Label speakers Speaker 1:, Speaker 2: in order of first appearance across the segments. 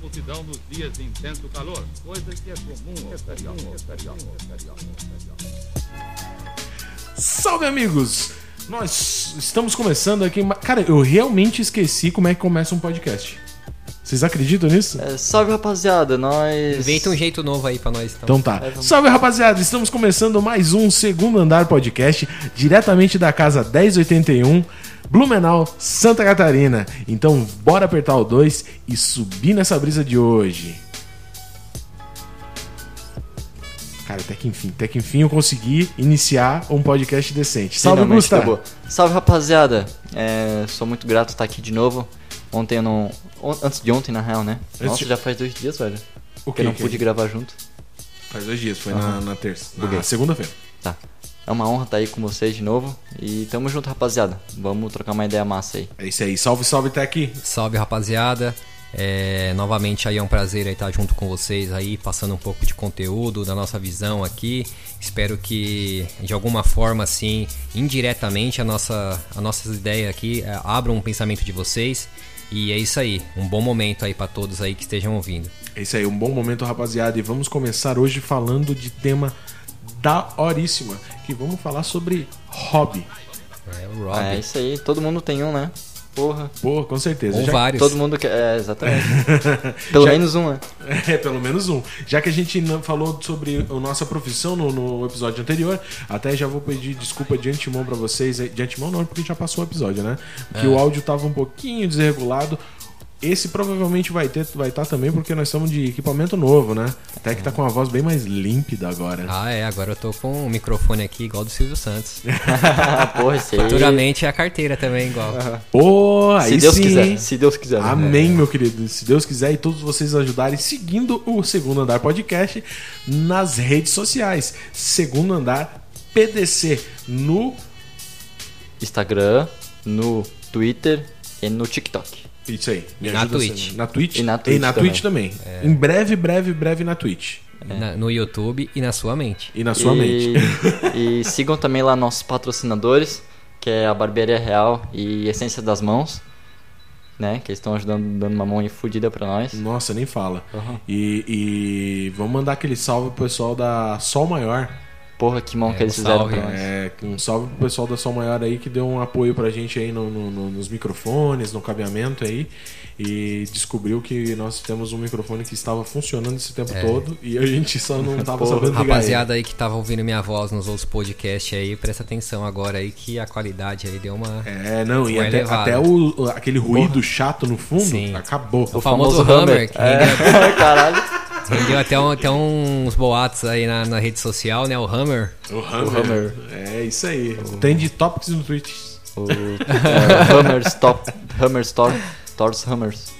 Speaker 1: multidão nos dias de intenso calor, coisa que é comum ao carioca, ao carioca, ao carioca, ao carioca.
Speaker 2: Salve, amigos! Nós estamos começando aqui. Cara, eu realmente esqueci como é que começa um podcast. Vocês acreditam nisso?
Speaker 3: É, salve, rapaziada, nós.
Speaker 4: Inventa um jeito novo aí pra nós, então.
Speaker 2: Então tá. Salve, rapaziada! Estamos começando mais um Segundo Andar Podcast, diretamente da casa 1081, Blumenau, Santa Catarina. Então, bora apertar o 2 e subir nessa brisa de hoje. Cara, até que enfim, até que enfim eu consegui iniciar um podcast decente. Salve,
Speaker 3: Finalmente
Speaker 2: Gustavo!
Speaker 3: acabou. Salve, rapaziada. É, sou muito grato estar aqui de novo. Ontem eu não. on- Antes de ontem, na real, né?
Speaker 2: Antes
Speaker 3: Nossa,
Speaker 2: de-
Speaker 3: já faz dois dias, velho.
Speaker 2: O
Speaker 3: Porque eu não pude gravar junto.
Speaker 2: Faz dois dias, foi na, na terça. Na
Speaker 3: Buguei.
Speaker 2: segunda-feira.
Speaker 3: Tá. É uma honra estar aí com vocês de novo. E tamo junto, rapaziada. Vamos trocar uma ideia massa aí.
Speaker 2: É isso aí. Salve, salve, até aqui.
Speaker 4: Salve, rapaziada. É, novamente aí é um prazer aí estar junto com vocês aí, passando um pouco de conteúdo da nossa visão aqui. Espero que de alguma forma assim, indiretamente a nossa a nossas ideias aqui é, abram um pensamento de vocês. E é isso aí. Um bom momento aí pra todos aí que estejam ouvindo.
Speaker 2: É isso aí, um bom momento, rapaziada. E vamos começar hoje falando de tema daoríssima, que vamos falar sobre hobby.
Speaker 4: É o Rob.
Speaker 3: É isso aí, todo mundo tem um, né? Porra.
Speaker 2: Pô, com certeza.
Speaker 4: Ou
Speaker 2: Já-
Speaker 4: vários.
Speaker 3: Todo mundo quer. É, exatamente. Pelo
Speaker 2: Já-
Speaker 3: menos um, né?
Speaker 2: É, pelo menos um. Já que a gente não falou sobre a nossa profissão no, no episódio anterior, até já vou pedir desculpa de antemão pra vocês. De antemão não, porque já passou o episódio, né?
Speaker 3: É.
Speaker 2: Que o áudio tava um pouquinho desregulado. Esse provavelmente vai ter, vai estar também, porque nós estamos de equipamento novo, né? Até que
Speaker 3: É.
Speaker 2: tá com a voz bem mais límpida agora.
Speaker 4: Ah, é, agora eu tô com o microfone aqui igual do Silvio Santos.
Speaker 3: Porra, isso aí.
Speaker 4: Futuramente é a carteira também igual.
Speaker 2: Pô, aí
Speaker 3: Se Deus
Speaker 2: sim.
Speaker 3: quiser. Se Deus quiser. né?
Speaker 2: Amém, meu querido. Se Deus quiser e todos vocês ajudarem seguindo o Segundo Andar Podcast nas redes sociais. Segundo Andar PDC no
Speaker 3: Instagram, no Twitter e no TikTok.
Speaker 2: Isso aí. me
Speaker 4: E na
Speaker 2: ajuda,
Speaker 4: Twitch.
Speaker 2: Sandro. Na Twitch.
Speaker 3: E na Twitch também. É.
Speaker 2: também. Em breve, breve, breve na Twitch.
Speaker 4: Na- no YouTube e na sua mente.
Speaker 2: E na sua
Speaker 3: e,
Speaker 2: mente.
Speaker 3: e sigam também lá nossos patrocinadores, que é a Barbearia Real e Essência das Mãos, né? Que eles estão ajudando, dando uma mão fodida pra nós.
Speaker 2: Nossa, nem fala. E, e vamos mandar aquele salve pro pessoal da Sol Maior.
Speaker 3: Porra, que mão
Speaker 4: É,
Speaker 3: que eles
Speaker 4: um
Speaker 3: fizeram
Speaker 4: salve,
Speaker 3: pra nós.
Speaker 2: É, um salve pro pessoal da Sol Maior aí que deu um apoio pra gente aí no- no- no- nos microfones, no cabeamento aí. E descobriu que nós temos um microfone que estava funcionando esse tempo
Speaker 3: É.
Speaker 2: todo e a gente só não tava sabendo ligar ele.
Speaker 4: Rapaziada aí que tava ouvindo minha voz nos outros podcasts aí, presta atenção agora aí que a qualidade aí deu uma.
Speaker 2: É, não, e
Speaker 4: Foi
Speaker 2: até,
Speaker 4: elevado.
Speaker 2: até o, aquele ruído chato no fundo
Speaker 4: Sim.
Speaker 2: acabou.
Speaker 4: O famoso, Hammer, É. que rendeu,
Speaker 3: É, Caralho.
Speaker 4: rendeu até, um- até uns boatos aí na, na rede social, né? O Hammer.
Speaker 2: O Hammer. É isso aí. Tem de topics no Twitch.
Speaker 3: O, é, Hammers, top, Hammers, Thor, Thor's Hammers.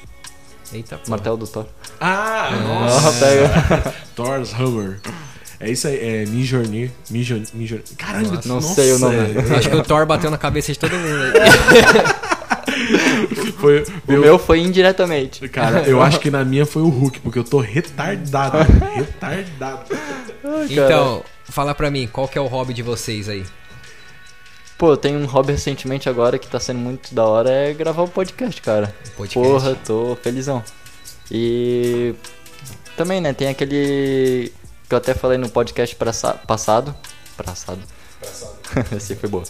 Speaker 4: Eita, pô.
Speaker 3: Martelo do Thor.
Speaker 2: Ah,
Speaker 3: Ah, pega.
Speaker 2: Thor's Hammer. É isso aí, é Mjolnir. Mjolnir. Mjolnir. Caralho,
Speaker 3: Não sei o nome.
Speaker 4: Acho que o Thor bateu na cabeça de todo mundo aí.
Speaker 2: Foi,
Speaker 3: O meu foi indiretamente.
Speaker 2: Cara, eu acho que na minha foi o Hulk, porque eu tô retardado. retardado.
Speaker 4: Então, fala pra mim, qual que é o hobby de vocês aí?
Speaker 3: Pô, eu tenho um hobby recentemente agora que tá sendo muito da hora, é gravar o podcast, cara.
Speaker 4: Podcast.
Speaker 3: Porra, tô felizão. E também, né, tem aquele que eu até falei no podcast praça- passado, passado. Passado. Esse foi boa.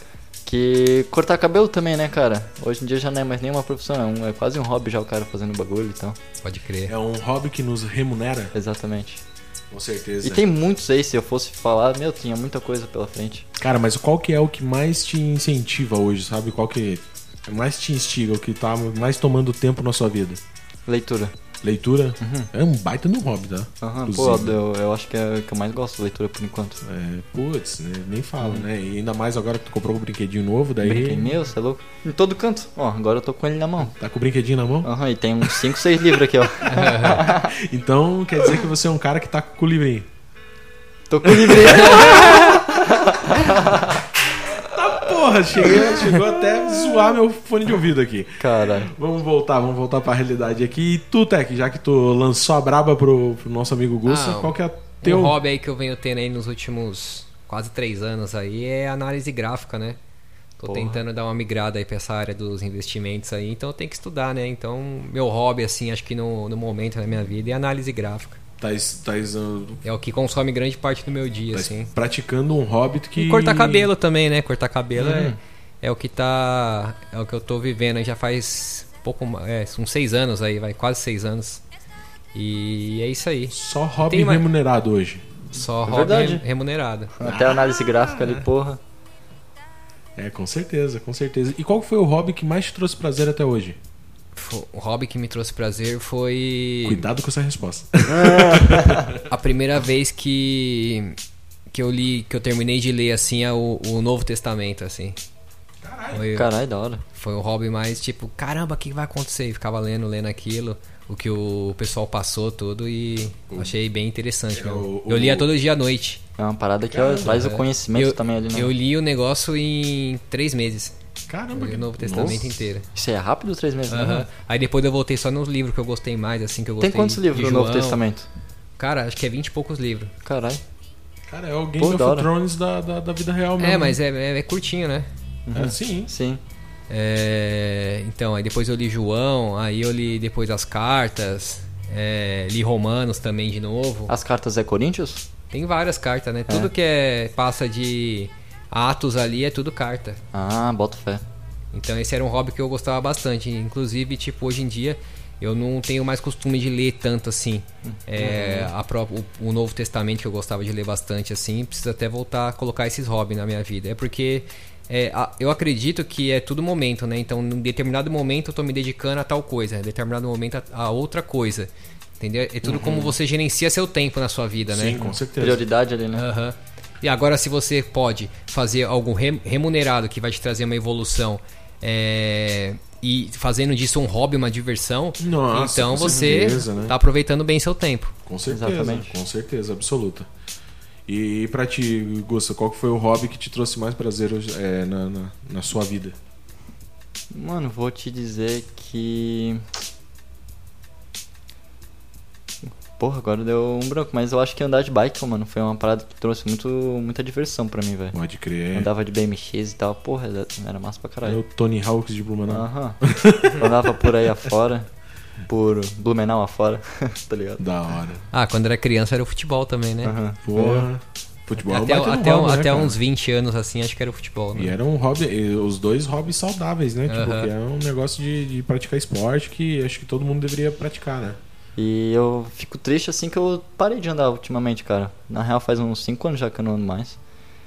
Speaker 3: Que cortar cabelo também, né, cara? Hoje em dia já não é mais nenhuma profissão, é, um- é quase um hobby já o cara fazendo bagulho então, e tal.
Speaker 4: Pode crer.
Speaker 2: É um hobby que nos remunera,
Speaker 3: Exatamente.
Speaker 2: com
Speaker 3: E
Speaker 2: certeza.
Speaker 3: tem muitos aí, se eu fosse falar, meu, tinha muita coisa pela frente.
Speaker 2: Cara, mas qual que é o que mais te incentiva hoje, sabe? Qual que é mais te instiga, o que tá mais tomando tempo na sua vida?
Speaker 3: Leitura.
Speaker 2: Leitura é um baita no hobby, tá?
Speaker 3: Aham, pô,
Speaker 2: Inclusive.
Speaker 3: eu, eu acho que é o que eu mais gosto, leitura por enquanto.
Speaker 2: É, putz, né? nem fala, né? E ainda mais agora que tu comprou um brinquedinho novo, daí
Speaker 3: Brinquei meu, você é louco? Em todo canto. Ó, agora eu tô com ele na mão.
Speaker 2: tá com o brinquedinho na mão.
Speaker 3: Aham, e tem uns 5, 6 livros aqui, ó.
Speaker 2: Então quer dizer que você é um cara que tá com o livrinho.
Speaker 3: Tô com o livrinho.
Speaker 2: Porra, cheguei- chegou até a zoar meu fone de ouvido aqui.
Speaker 3: Cara,
Speaker 2: Vamos voltar, vamos voltar pra realidade aqui. E tu, Tec, já que tu lançou a braba pro, pro nosso amigo Gusta,
Speaker 4: Ah,
Speaker 2: qual que é
Speaker 4: O
Speaker 2: teu...
Speaker 4: hobby aí que eu venho tendo aí nos últimos quase três anos aí é análise gráfica, né? Tô
Speaker 3: Porra.
Speaker 4: tentando dar uma migrada aí pra essa área dos investimentos aí, então eu tenho que estudar, né? Então, meu hobby, assim, acho que no, no momento da minha vida é análise gráfica.
Speaker 2: Tais, tais, ah,
Speaker 4: É o que consome grande parte do meu dia,
Speaker 2: tais
Speaker 4: assim.
Speaker 2: praticando um hobbit que.
Speaker 4: E cortar cabelo também, né? Cortar cabelo é, é o que tá. É o que eu tô vivendo aí já faz pouco ma- é, uns seis anos aí, vai, quase seis anos. E é isso aí.
Speaker 2: Só hobby
Speaker 4: Tem mais-
Speaker 2: remunerado hoje.
Speaker 4: Só hobby
Speaker 3: verdade.
Speaker 4: rem- remunerado.
Speaker 3: Até análise gráfica ali, porra.
Speaker 2: É, com certeza, com certeza. E qual foi o hobby que mais te trouxe prazer até hoje?
Speaker 4: Fo- O hobby que me trouxe prazer foi.
Speaker 2: Cuidado com essa resposta.
Speaker 4: A primeira vez que que eu li, que eu terminei de ler assim é o, o Novo Testamento assim. Foi,
Speaker 3: Caralho, é da hora.
Speaker 4: foi o hobby mais tipo, caramba, o que vai acontecer? E ficava lendo, lendo aquilo, o que o pessoal passou tudo e achei bem interessante.
Speaker 2: É,
Speaker 4: mesmo.
Speaker 2: o-
Speaker 4: eu lia
Speaker 2: o-
Speaker 4: todo dia à noite. É.
Speaker 3: É uma parada que ó, traz o conhecimento
Speaker 4: Eu,
Speaker 3: também ali, né?
Speaker 4: eu li o negócio em três meses. Eu
Speaker 2: Caramba,
Speaker 4: li
Speaker 2: que
Speaker 4: o Novo Testamento inteiro.
Speaker 3: Isso é rápido os três meses, né?
Speaker 4: Aham. Aí depois eu voltei só nos livros que eu gostei mais, assim, que eu gostei
Speaker 3: Tem quantos
Speaker 4: de
Speaker 3: livros no Novo
Speaker 4: João.
Speaker 3: Testamento?
Speaker 4: Cara, acho que é vinte e poucos livros.
Speaker 3: Caralho.
Speaker 2: Cara, é o Game
Speaker 3: Pô,
Speaker 2: of
Speaker 3: da hora.
Speaker 2: Thrones da, da, da vida real mesmo.
Speaker 4: É, mas é- é- é curtinho, né?
Speaker 2: É, sim.
Speaker 3: Sim.
Speaker 4: É, então, aí depois eu li João, aí eu li depois as cartas, é, li Romanos também de novo.
Speaker 3: As cartas é Corinthians?
Speaker 4: Tem várias cartas, né? Tudo que é, passa de Atos ali é tudo carta.
Speaker 3: Ah, boto fé.
Speaker 4: Então esse era um hobby que eu gostava bastante. Inclusive, tipo, hoje em dia eu não tenho mais costume de ler tanto assim. É,
Speaker 2: Uhum.
Speaker 4: a pró- o, o Novo Testamento que eu gostava de ler bastante assim, preciso até voltar a colocar esses hobbies na minha vida. É porque é, a- eu acredito que é tudo momento, né? Então, em determinado momento eu tô me dedicando a tal coisa, em determinado momento a, a outra coisa. Entendeu? É tudo como você gerencia seu tempo na sua vida, né?
Speaker 2: Uhum. Sim, com certeza.
Speaker 3: Prioridade ali, né?
Speaker 4: Aham. E agora, se você pode fazer algo rem- remunerado que vai te trazer uma evolução é, e fazendo disso um hobby, uma diversão,
Speaker 2: Nossa,
Speaker 4: então
Speaker 2: com
Speaker 4: você
Speaker 2: certeza, né?
Speaker 4: tá aproveitando bem seu tempo.
Speaker 2: Com certeza,
Speaker 3: Exatamente.
Speaker 2: com certeza, absoluta. E pra ti, Gusta, qual que foi o hobby que te trouxe mais prazer hoje, é, na, na, na sua vida?
Speaker 3: Mano, vou te dizer que. Porra, agora deu um branco, mas eu acho que andar de bike, mano, foi uma parada que trouxe muito, muita diversão pra mim, velho.
Speaker 2: Pode crer.
Speaker 3: Andava de BMX e tal, porra, era- era massa pra Ah.
Speaker 2: É o
Speaker 3: caralho.
Speaker 2: Tony Hawks de Blumenau.
Speaker 3: Aham. Andava por aí afora, por Blumenau afora, tá ligado?
Speaker 2: Da hora.
Speaker 4: Ah, quando era criança era o futebol também, né?
Speaker 3: Aham.
Speaker 2: Porra. Futebol é um
Speaker 4: Até,
Speaker 2: baita de um
Speaker 4: até-
Speaker 2: hobby, né,
Speaker 4: até
Speaker 2: cara?
Speaker 4: uns 20 anos assim, acho que era o futebol, né?
Speaker 2: E era um hobby, e os dois hobbies saudáveis, né? Tipo,
Speaker 4: Aham.
Speaker 2: que é um negócio de, de praticar esporte que acho que todo mundo deveria praticar, né?
Speaker 3: E eu fico triste assim que eu parei de andar ultimamente, cara. Na real, faz uns 5 anos já que eu não ando mais.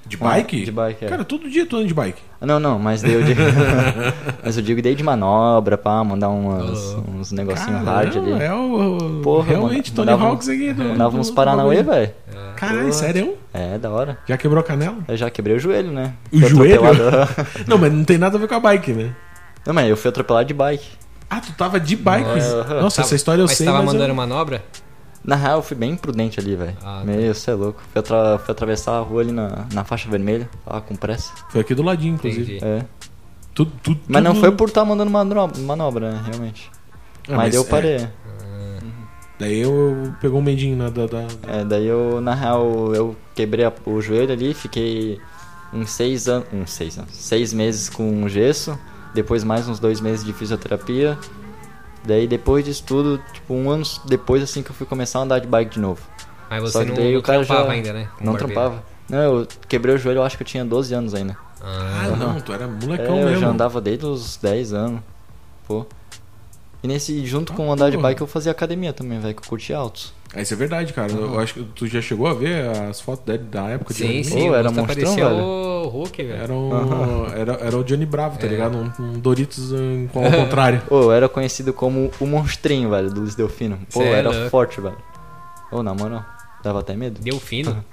Speaker 2: De bike?
Speaker 3: De bike, é.
Speaker 2: Cara, todo dia tu anda de bike.
Speaker 3: Não, não, mas daí eu digo. mas eu digo daí de manobra, pá, mandar umas,
Speaker 4: Ô,
Speaker 3: uns negocinhos
Speaker 2: Cara,
Speaker 3: hard
Speaker 2: não,
Speaker 3: ali.
Speaker 2: é o, o-
Speaker 3: Porra,
Speaker 2: realmente
Speaker 3: mano,
Speaker 2: Tony
Speaker 3: mandava
Speaker 2: Hawks aqui. Do,
Speaker 3: Mandava
Speaker 2: do-
Speaker 3: uns
Speaker 2: do
Speaker 3: Paranauê,
Speaker 2: bagulho.
Speaker 3: velho.
Speaker 2: Caralho, sério? um
Speaker 3: É, da hora.
Speaker 2: Já quebrou a canela?
Speaker 3: Eu já quebrei o joelho, né?
Speaker 2: O
Speaker 3: Fui
Speaker 2: joelho?
Speaker 3: atropelado.
Speaker 2: Não, mas não tem nada a ver com a bike, né?
Speaker 3: não, mas eu fui atropelado de bike.
Speaker 2: Ah, tu tava de bike?
Speaker 3: Aham.
Speaker 2: Nossa,
Speaker 4: Tava-
Speaker 2: essa história eu
Speaker 4: mas
Speaker 2: sei,
Speaker 4: tava
Speaker 2: mas eu-
Speaker 4: mandando manobra?
Speaker 3: Na real, eu fui bem imprudente ali, velho.
Speaker 4: Ah, tá.
Speaker 3: Meu, você é louco. Fui, atra- fui atravessar a rua ali na, na faixa vermelha. Tava com pressa.
Speaker 2: Foi aqui do ladinho, inclusive.
Speaker 4: Entendi.
Speaker 3: É.
Speaker 2: Tu- tu-
Speaker 3: Mas não
Speaker 2: tudo-
Speaker 3: foi por estar mandando manobra, manobra né? Realmente.
Speaker 2: Ah,
Speaker 3: mas, daí eu
Speaker 2: é,
Speaker 3: parei.
Speaker 2: daí eu pegou um medinho na, da, da-
Speaker 3: É, daí eu, na real, eu quebrei a- o joelho ali, fiquei uns seis anos. Uns seis anos. Seis meses com gesso, depois mais uns dois meses de fisioterapia. Daí depois disso tudo, tipo, um ano depois assim que eu fui começar a andar de bike de novo.
Speaker 4: Aí
Speaker 3: Só
Speaker 4: você
Speaker 3: que
Speaker 4: não,
Speaker 3: daí
Speaker 4: não
Speaker 3: o cara já
Speaker 4: trampava ainda, né? como
Speaker 3: não
Speaker 4: barbeiro.
Speaker 3: trampava. Não, eu quebrei o joelho, eu acho que eu tinha 12 anos ainda.
Speaker 4: Ah,
Speaker 2: Ah, não, tu era
Speaker 3: É,
Speaker 2: molecão
Speaker 3: eu
Speaker 2: mesmo.
Speaker 3: já andava desde os 10 anos. Pô. E nesse, junto com andar de
Speaker 2: porra.
Speaker 3: bike, eu fazia academia também, velho, que eu curtia altos.
Speaker 2: Ah, Isso é verdade, cara. Eu acho que tu já chegou a ver as fotos dele da época de
Speaker 4: Sim,
Speaker 2: anime?
Speaker 4: sim,
Speaker 3: Pô,
Speaker 4: o
Speaker 3: era
Speaker 4: Gusta
Speaker 3: monstrão,
Speaker 4: parecia
Speaker 3: velho.
Speaker 4: o Hulk, velho.
Speaker 2: Era o, era, era o Johnny Bravo,
Speaker 3: É.
Speaker 2: tá ligado? Um, um Doritos um, com- ao contrário.
Speaker 3: Pô, eu era conhecido como o monstrinho, velho, do Luiz Delfino. Pô,
Speaker 4: Cê é
Speaker 3: era
Speaker 4: louco.
Speaker 3: forte, velho. Ô, na moral, dava até medo.
Speaker 4: Delfino?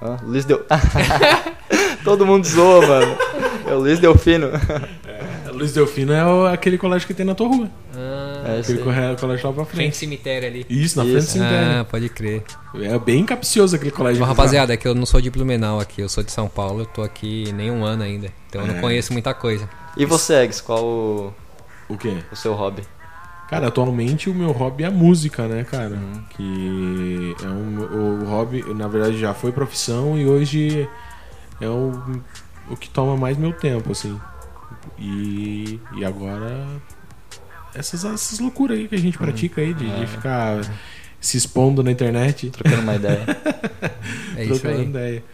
Speaker 3: Ah, Luiz Del... Todo mundo zoa, mano. É o Luiz Delfino.
Speaker 2: Luiz Delfino é o- aquele colégio que tem na tua rua.
Speaker 4: Ah,
Speaker 3: É,
Speaker 2: Aquele
Speaker 3: esse...
Speaker 2: corre- colégio lá pra
Speaker 4: frente do
Speaker 2: frente.
Speaker 4: cemitério ali.
Speaker 2: Isso, na frente do
Speaker 3: Isso.
Speaker 2: cemitério.
Speaker 4: Ah, pode crer.
Speaker 2: É bem capcioso aquele colégio.
Speaker 4: Bom, rapaziada, é que eu não sou de Blumenau aqui, eu sou de São Paulo, eu tô aqui nem um ano ainda, então eu não
Speaker 2: É.
Speaker 4: conheço muita coisa.
Speaker 3: E você, Eggs, qual o,
Speaker 2: O quê?
Speaker 3: o seu hobby?
Speaker 2: Cara, atualmente o meu hobby é a música, né, cara? Que é um, o hobby, na verdade, já foi profissão e hoje é o, o que toma mais meu tempo, assim. E, e agora essas, essas loucuras aí que a gente pratica aí, de,
Speaker 4: É.
Speaker 2: de ficar se expondo na internet,
Speaker 3: Trocando uma ideia.
Speaker 4: É isso
Speaker 2: trocando
Speaker 4: aí.
Speaker 2: ideia.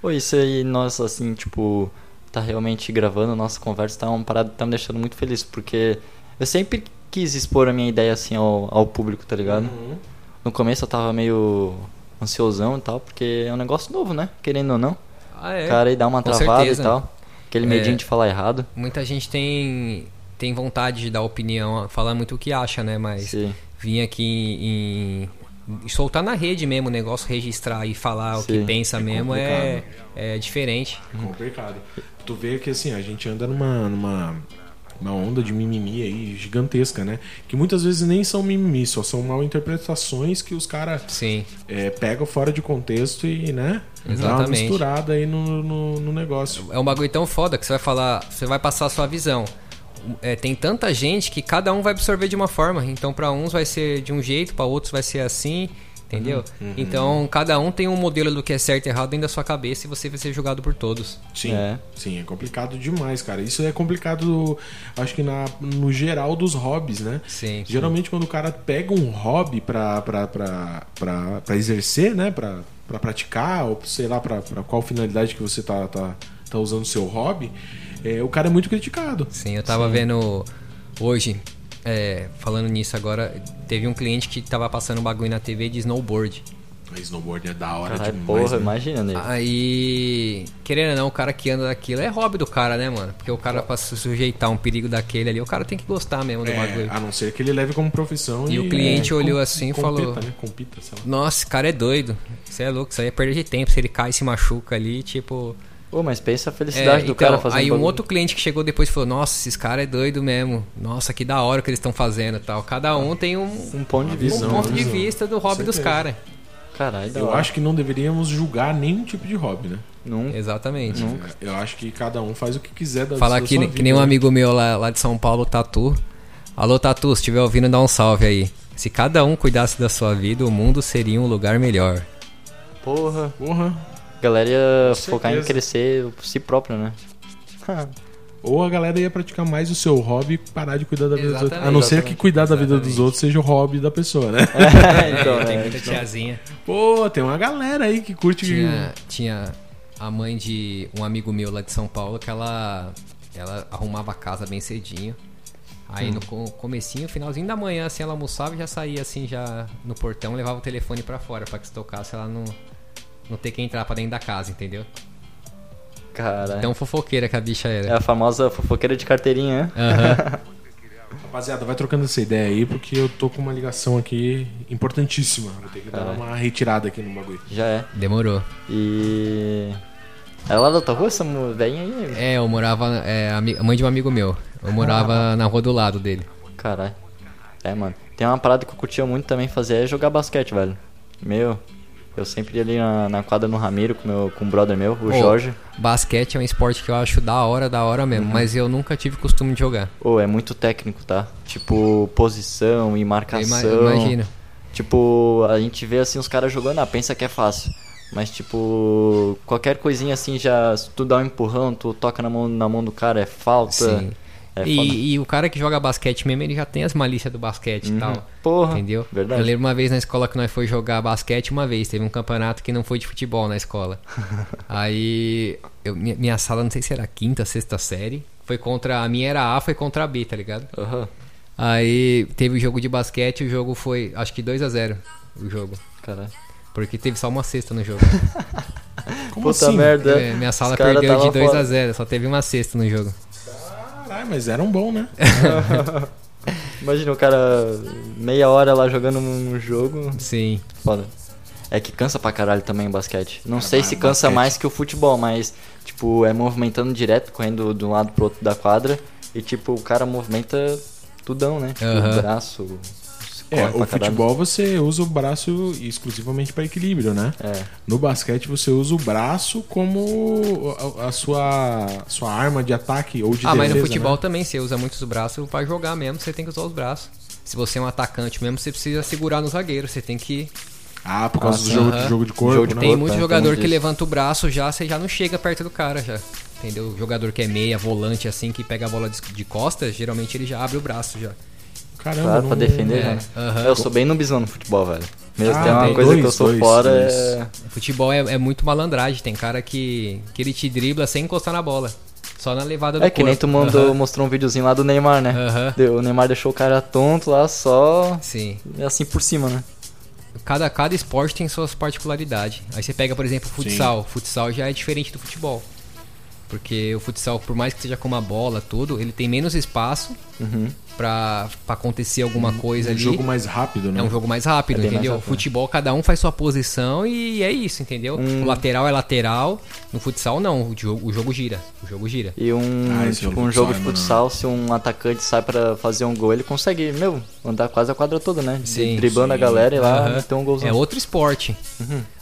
Speaker 3: Pô, isso aí, nossa, assim, tipo, tá realmente gravando a nossa conversa, tá uma parada que tá me deixando muito feliz, porque eu sempre quis expor a minha ideia, assim, ao, ao público, tá ligado?
Speaker 4: Uhum.
Speaker 3: No começo eu tava meio ansiosão e tal, porque é um negócio novo, né? Querendo ou não.
Speaker 4: Ah, é.
Speaker 3: O cara aí dá uma
Speaker 4: com
Speaker 3: travada e
Speaker 4: certeza.
Speaker 3: tal. Aquele
Speaker 4: É.
Speaker 3: medinho de falar errado.
Speaker 4: Muita gente tem, tem vontade de dar opinião, falar muito o que acha, né? Mas
Speaker 3: Sim.
Speaker 4: vir aqui em, em- soltar na rede mesmo o negócio, registrar e falar o que
Speaker 3: Sim.
Speaker 4: pensa mesmo é, é diferente.
Speaker 2: Uhum. Complicado. Tu vê que assim, a gente anda numa, numa uma onda de mimimi aí gigantesca, né? Que muitas vezes nem são mimimi, só são mal interpretações que os caras
Speaker 4: Sim.
Speaker 2: pegam fora de contexto e, né? Dá uma
Speaker 4: Exatamente.
Speaker 2: misturada aí no, no, no negócio.
Speaker 4: É um bagulho tão foda que você vai falar, você vai passar a sua visão. É, tem tanta gente que cada um vai absorver de uma forma. Então, pra uns vai ser de um jeito, pra outros vai ser assim, entendeu? Então, cada um tem um modelo do que é certo e errado dentro da sua cabeça e você vai ser julgado por todos.
Speaker 2: Sim,
Speaker 3: É.
Speaker 2: sim, é complicado demais, cara. Isso é complicado, acho que na, no geral dos hobbies, né?
Speaker 4: Sim.
Speaker 2: Geralmente quando o cara pega um hobby pra, pra, pra, pra, pra exercer, né? Pra, pra praticar, ou sei lá, pra, pra qual finalidade que você tá, tá, tá usando o seu hobby, é, o cara é muito criticado.
Speaker 4: Sim, eu tava vendo hoje, é, falando nisso agora, teve um cliente que tava passando um bagulho na TV de snowboard.
Speaker 2: Mas snowboard é da
Speaker 4: Ah,
Speaker 2: hora
Speaker 3: Caralho,
Speaker 2: demais.
Speaker 3: porra,
Speaker 2: né?
Speaker 3: imagina, nego.
Speaker 4: Aí, querendo ou não, o cara que anda daquilo é hobby do cara, né, mano? Porque o cara, pra se sujeitar a um perigo daquele ali, o cara tem que gostar mesmo do
Speaker 2: É,
Speaker 4: bagulho.
Speaker 2: a não ser que ele leve como profissão. é,
Speaker 4: E o cliente olhou
Speaker 2: com-
Speaker 4: assim e
Speaker 2: compita,
Speaker 4: falou-
Speaker 2: Né? Compita, sei lá.
Speaker 4: Nossa, esse cara é doido. Você é louco, isso aí é perda de tempo. Se ele cai e se machuca ali, tipo.
Speaker 3: Pô, mas pensa a
Speaker 4: É,
Speaker 3: felicidade do
Speaker 4: então,
Speaker 3: cara fazendo
Speaker 4: aí um
Speaker 3: bagulho.
Speaker 4: outro cliente que chegou depois falou: Nossa, esses cara é doido mesmo. Nossa, que da hora o que eles estão fazendo e tal. Cada um tem um,
Speaker 3: Um ponto de
Speaker 2: Uma
Speaker 3: vista.
Speaker 4: um
Speaker 2: visão,
Speaker 4: ponto
Speaker 2: uma
Speaker 4: de
Speaker 2: visão.
Speaker 4: vista do hobby dos
Speaker 2: certeza.
Speaker 4: caras.
Speaker 3: Caralho, da
Speaker 2: Eu
Speaker 3: hora.
Speaker 2: acho que não deveríamos julgar nenhum tipo de hobby, né?
Speaker 3: Num...
Speaker 4: Exatamente.
Speaker 3: Uhum.
Speaker 2: Eu acho que cada um faz o que quiser da
Speaker 4: Falar
Speaker 2: da
Speaker 4: que,
Speaker 2: sua
Speaker 4: que
Speaker 2: vida,
Speaker 4: nem um
Speaker 2: né?
Speaker 4: amigo meu lá, lá de São Paulo, o Tatu. Alô, Tatu, se estiver ouvindo, dá um salve aí. Se cada um cuidasse da sua vida, o mundo seria um lugar melhor. é.
Speaker 3: Porra.
Speaker 2: Porra.
Speaker 3: Galera ia focar em
Speaker 2: certeza.
Speaker 3: crescer por si próprio, né?
Speaker 2: Ou a galera ia praticar mais o seu hobby e parar de cuidar da vida dos outros.
Speaker 4: Exatamente,
Speaker 2: A não ser
Speaker 3: exatamente,
Speaker 2: que cuidar da vida dos outros seja o hobby da pessoa, né?
Speaker 3: então, né?
Speaker 4: tiazinha.
Speaker 2: Pô, tem uma galera aí que curte.
Speaker 4: Tinha, tinha a mãe de um amigo meu lá de São Paulo que ela, ela arrumava a casa bem cedinho. Aí no co- comecinho, finalzinho da manhã, assim, ela almoçava e já saía assim, já no portão, levava o telefone pra fora pra que se tocasse ela não, não ter que entrar pra dentro da casa, entendeu?
Speaker 3: Cara,
Speaker 4: Então fofoqueira que a bicha
Speaker 3: é
Speaker 4: era.
Speaker 3: a famosa fofoqueira de carteirinha,
Speaker 4: É.
Speaker 3: né?
Speaker 2: Rapaziada, vai trocando essa ideia aí, porque eu tô com uma ligação aqui importantíssima. Vou ter que dar uma retirada aqui no bagulho.
Speaker 3: Já é.
Speaker 4: Demorou.
Speaker 3: E... É lá da outra rua essa mu- velhinha aí?
Speaker 4: É, eu morava. É, a mi- a mãe de um amigo meu. Eu
Speaker 3: Ah.
Speaker 4: morava na rua do lado dele.
Speaker 3: Caralho. É, mano. Tem uma parada que eu curtia muito também fazer é jogar basquete, velho. Meu, eu sempre ia ali na, na quadra no Ramiro com, meu, com um brother meu, o
Speaker 4: Ô,
Speaker 3: Jorge. Uhum.
Speaker 4: Basquete é um esporte que eu acho da hora, da hora mesmo, mas eu nunca tive costume de jogar.
Speaker 3: Ô, é muito técnico, tá? Tipo, posição e
Speaker 4: Eu ima-
Speaker 3: marcação.
Speaker 4: eu imagino.
Speaker 3: Tipo, a gente vê assim os caras jogando, ah, pensa que é fácil. Mas tipo, qualquer coisinha assim já. Se tu dá um empurrão, tu toca na mão, na mão do cara, é falta.
Speaker 4: Sim.
Speaker 3: É foda.
Speaker 4: e, e o cara que joga basquete mesmo, ele já tem as malícias do basquete e tal.
Speaker 3: Uhum. Porra,
Speaker 4: Entendeu?
Speaker 3: verdade.
Speaker 4: Eu lembro uma vez na escola que nós foi jogar basquete uma vez. Teve um campeonato que não foi de futebol na escola. Aí, eu, minha, minha sala, não sei se era quinta, sexta série. Foi contra. A minha era A, foi contra a B, tá ligado?
Speaker 3: Aham.
Speaker 4: Aí teve o jogo de basquete, o jogo foi, acho que 2 a 0 o jogo.
Speaker 3: Caralho.
Speaker 4: Porque teve só uma cesta no jogo.
Speaker 2: Como
Speaker 3: Puta
Speaker 2: assim?
Speaker 3: merda.
Speaker 4: É, minha sala
Speaker 3: Os cara
Speaker 4: perdeu
Speaker 3: tava
Speaker 4: de 2 a
Speaker 3: fora.
Speaker 4: 0 só teve uma cesta no jogo.
Speaker 2: Caralho, mas era um bom, né?
Speaker 3: Imagina o cara meia hora lá jogando um jogo.
Speaker 4: Sim.
Speaker 3: Foda. É que cansa pra caralho também o basquete. Não
Speaker 2: Cara,
Speaker 3: sei
Speaker 2: ba-
Speaker 3: se cansa
Speaker 2: basquete.
Speaker 3: mais que o futebol, mas, tipo, é movimentando direto, correndo de um lado pro outro da quadra. E, tipo, o cara movimenta tudão, né? Tipo,
Speaker 4: Aham.
Speaker 3: o braço. se
Speaker 2: É,
Speaker 3: corre
Speaker 2: o
Speaker 3: pra caralho.
Speaker 2: futebol você usa o braço exclusivamente pra equilíbrio, né?
Speaker 3: É,
Speaker 2: No basquete você usa o braço como a, a sua, sua arma de ataque ou de defesa.
Speaker 4: ah, mas no futebol
Speaker 2: né?
Speaker 4: também, você usa muitos braços pra jogar mesmo, você tem que usar os braços. Se você é um atacante mesmo, você precisa segurar no zagueiro, você tem que
Speaker 2: Ah, por causa
Speaker 3: Ah,
Speaker 2: do
Speaker 3: sim.
Speaker 2: jogo,
Speaker 4: Aham.
Speaker 2: do jogo de corpo,
Speaker 3: Jogo de
Speaker 2: né?
Speaker 4: Tem
Speaker 3: Corpo,
Speaker 4: muito
Speaker 3: é,
Speaker 4: jogador
Speaker 3: temos
Speaker 4: que
Speaker 3: isso.
Speaker 4: levanta o braço já, você já não chega perto do cara já. Entendeu? O jogador que é meia, volante assim, que pega a bola de, de costas, geralmente ele já abre o braço já.
Speaker 2: Caramba,
Speaker 3: Pra, pra
Speaker 2: não-
Speaker 3: defender,
Speaker 4: é,
Speaker 3: né?
Speaker 4: aham.
Speaker 3: Eu sou bem nubizão no futebol, velho. Mesmo
Speaker 2: Ah,
Speaker 3: tem uma
Speaker 2: tem
Speaker 3: coisa que eu
Speaker 2: dois,
Speaker 3: sou
Speaker 2: dois,
Speaker 3: fora
Speaker 2: dois.
Speaker 3: é.
Speaker 4: Futebol é, é muito malandragem, tem cara que, que ele te dribla sem encostar na bola. Só na levada do
Speaker 3: É que nem
Speaker 4: corpo.
Speaker 3: tu mandou,
Speaker 4: Aham,
Speaker 3: mostrou um videozinho lá do Neymar, né?
Speaker 4: Aham.
Speaker 3: Deu- O Neymar deixou o cara tonto lá só.
Speaker 4: Sim.
Speaker 3: Assim por cima, né?
Speaker 4: Cada, cada esporte tem suas particularidades. Aí você pega, por exemplo, o futsal. O futsal já é diferente do futebol. Porque o futsal, por mais que seja com uma bola, tudo, ele tem menos espaço
Speaker 3: Uhum.
Speaker 4: pra, pra acontecer alguma coisa
Speaker 2: Um
Speaker 4: ali.
Speaker 2: jogo mais rápido, né?
Speaker 4: É um jogo mais rápido,
Speaker 3: É bem mais
Speaker 4: entendeu?
Speaker 3: rápido, né?
Speaker 4: Futebol, cada um faz sua posição e é isso, entendeu?
Speaker 3: Hum.
Speaker 4: O lateral é lateral. No futsal, não. O jogo, o jogo gira. O jogo gira.
Speaker 3: E um,
Speaker 2: Ah, esse
Speaker 3: tipo,
Speaker 2: jogo
Speaker 3: um
Speaker 2: de
Speaker 3: jogo de
Speaker 2: futsal,
Speaker 3: futsal, se um atacante sai pra fazer um gol, ele consegue, meu, andar quase a quadra toda, né?
Speaker 4: Sim,
Speaker 3: Driblando a galera e lá
Speaker 4: Aham.
Speaker 3: meter um Uhum. golzão.
Speaker 4: É outro esporte.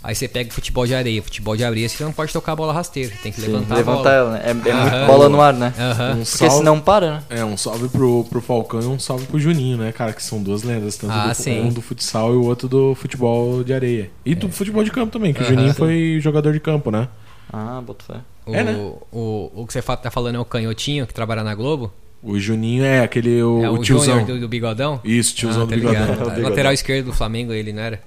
Speaker 4: Aí você pega o futebol de areia. Futebol de areia, você não pode tocar a bola rasteira. Tem que
Speaker 3: Sim,
Speaker 4: levantar,
Speaker 3: levantar
Speaker 4: a bola.
Speaker 3: ela, né? É, é
Speaker 4: Aham.
Speaker 3: muito bola no ar, né?
Speaker 4: Aham.
Speaker 2: Um
Speaker 3: Porque
Speaker 2: salve,
Speaker 3: senão para, né?
Speaker 2: É, um salve pro, pro Falcão e um salve pro Juninho, né, cara? Que são duas lendas, tanto
Speaker 4: Ah,
Speaker 2: do-
Speaker 4: sim. É.
Speaker 2: um do futsal e o outro do futebol de areia. E do futebol de campo também, que o Juninho foi jogador de campo, né?
Speaker 3: Ah, boto fé.
Speaker 4: O,
Speaker 2: É, né?
Speaker 4: o, o que você fa- tá falando é o canhotinho que trabalha na Globo?
Speaker 2: O Juninho é aquele o,
Speaker 4: é
Speaker 2: o
Speaker 4: o
Speaker 2: tiozão.
Speaker 4: Júnior do, do bigodão?
Speaker 2: Isso, tiozão
Speaker 4: Ah,
Speaker 2: do
Speaker 4: tá
Speaker 2: bigodão.
Speaker 4: ligado.
Speaker 2: É o bigodão.
Speaker 4: Lateral esquerdo do Flamengo, ele, não era?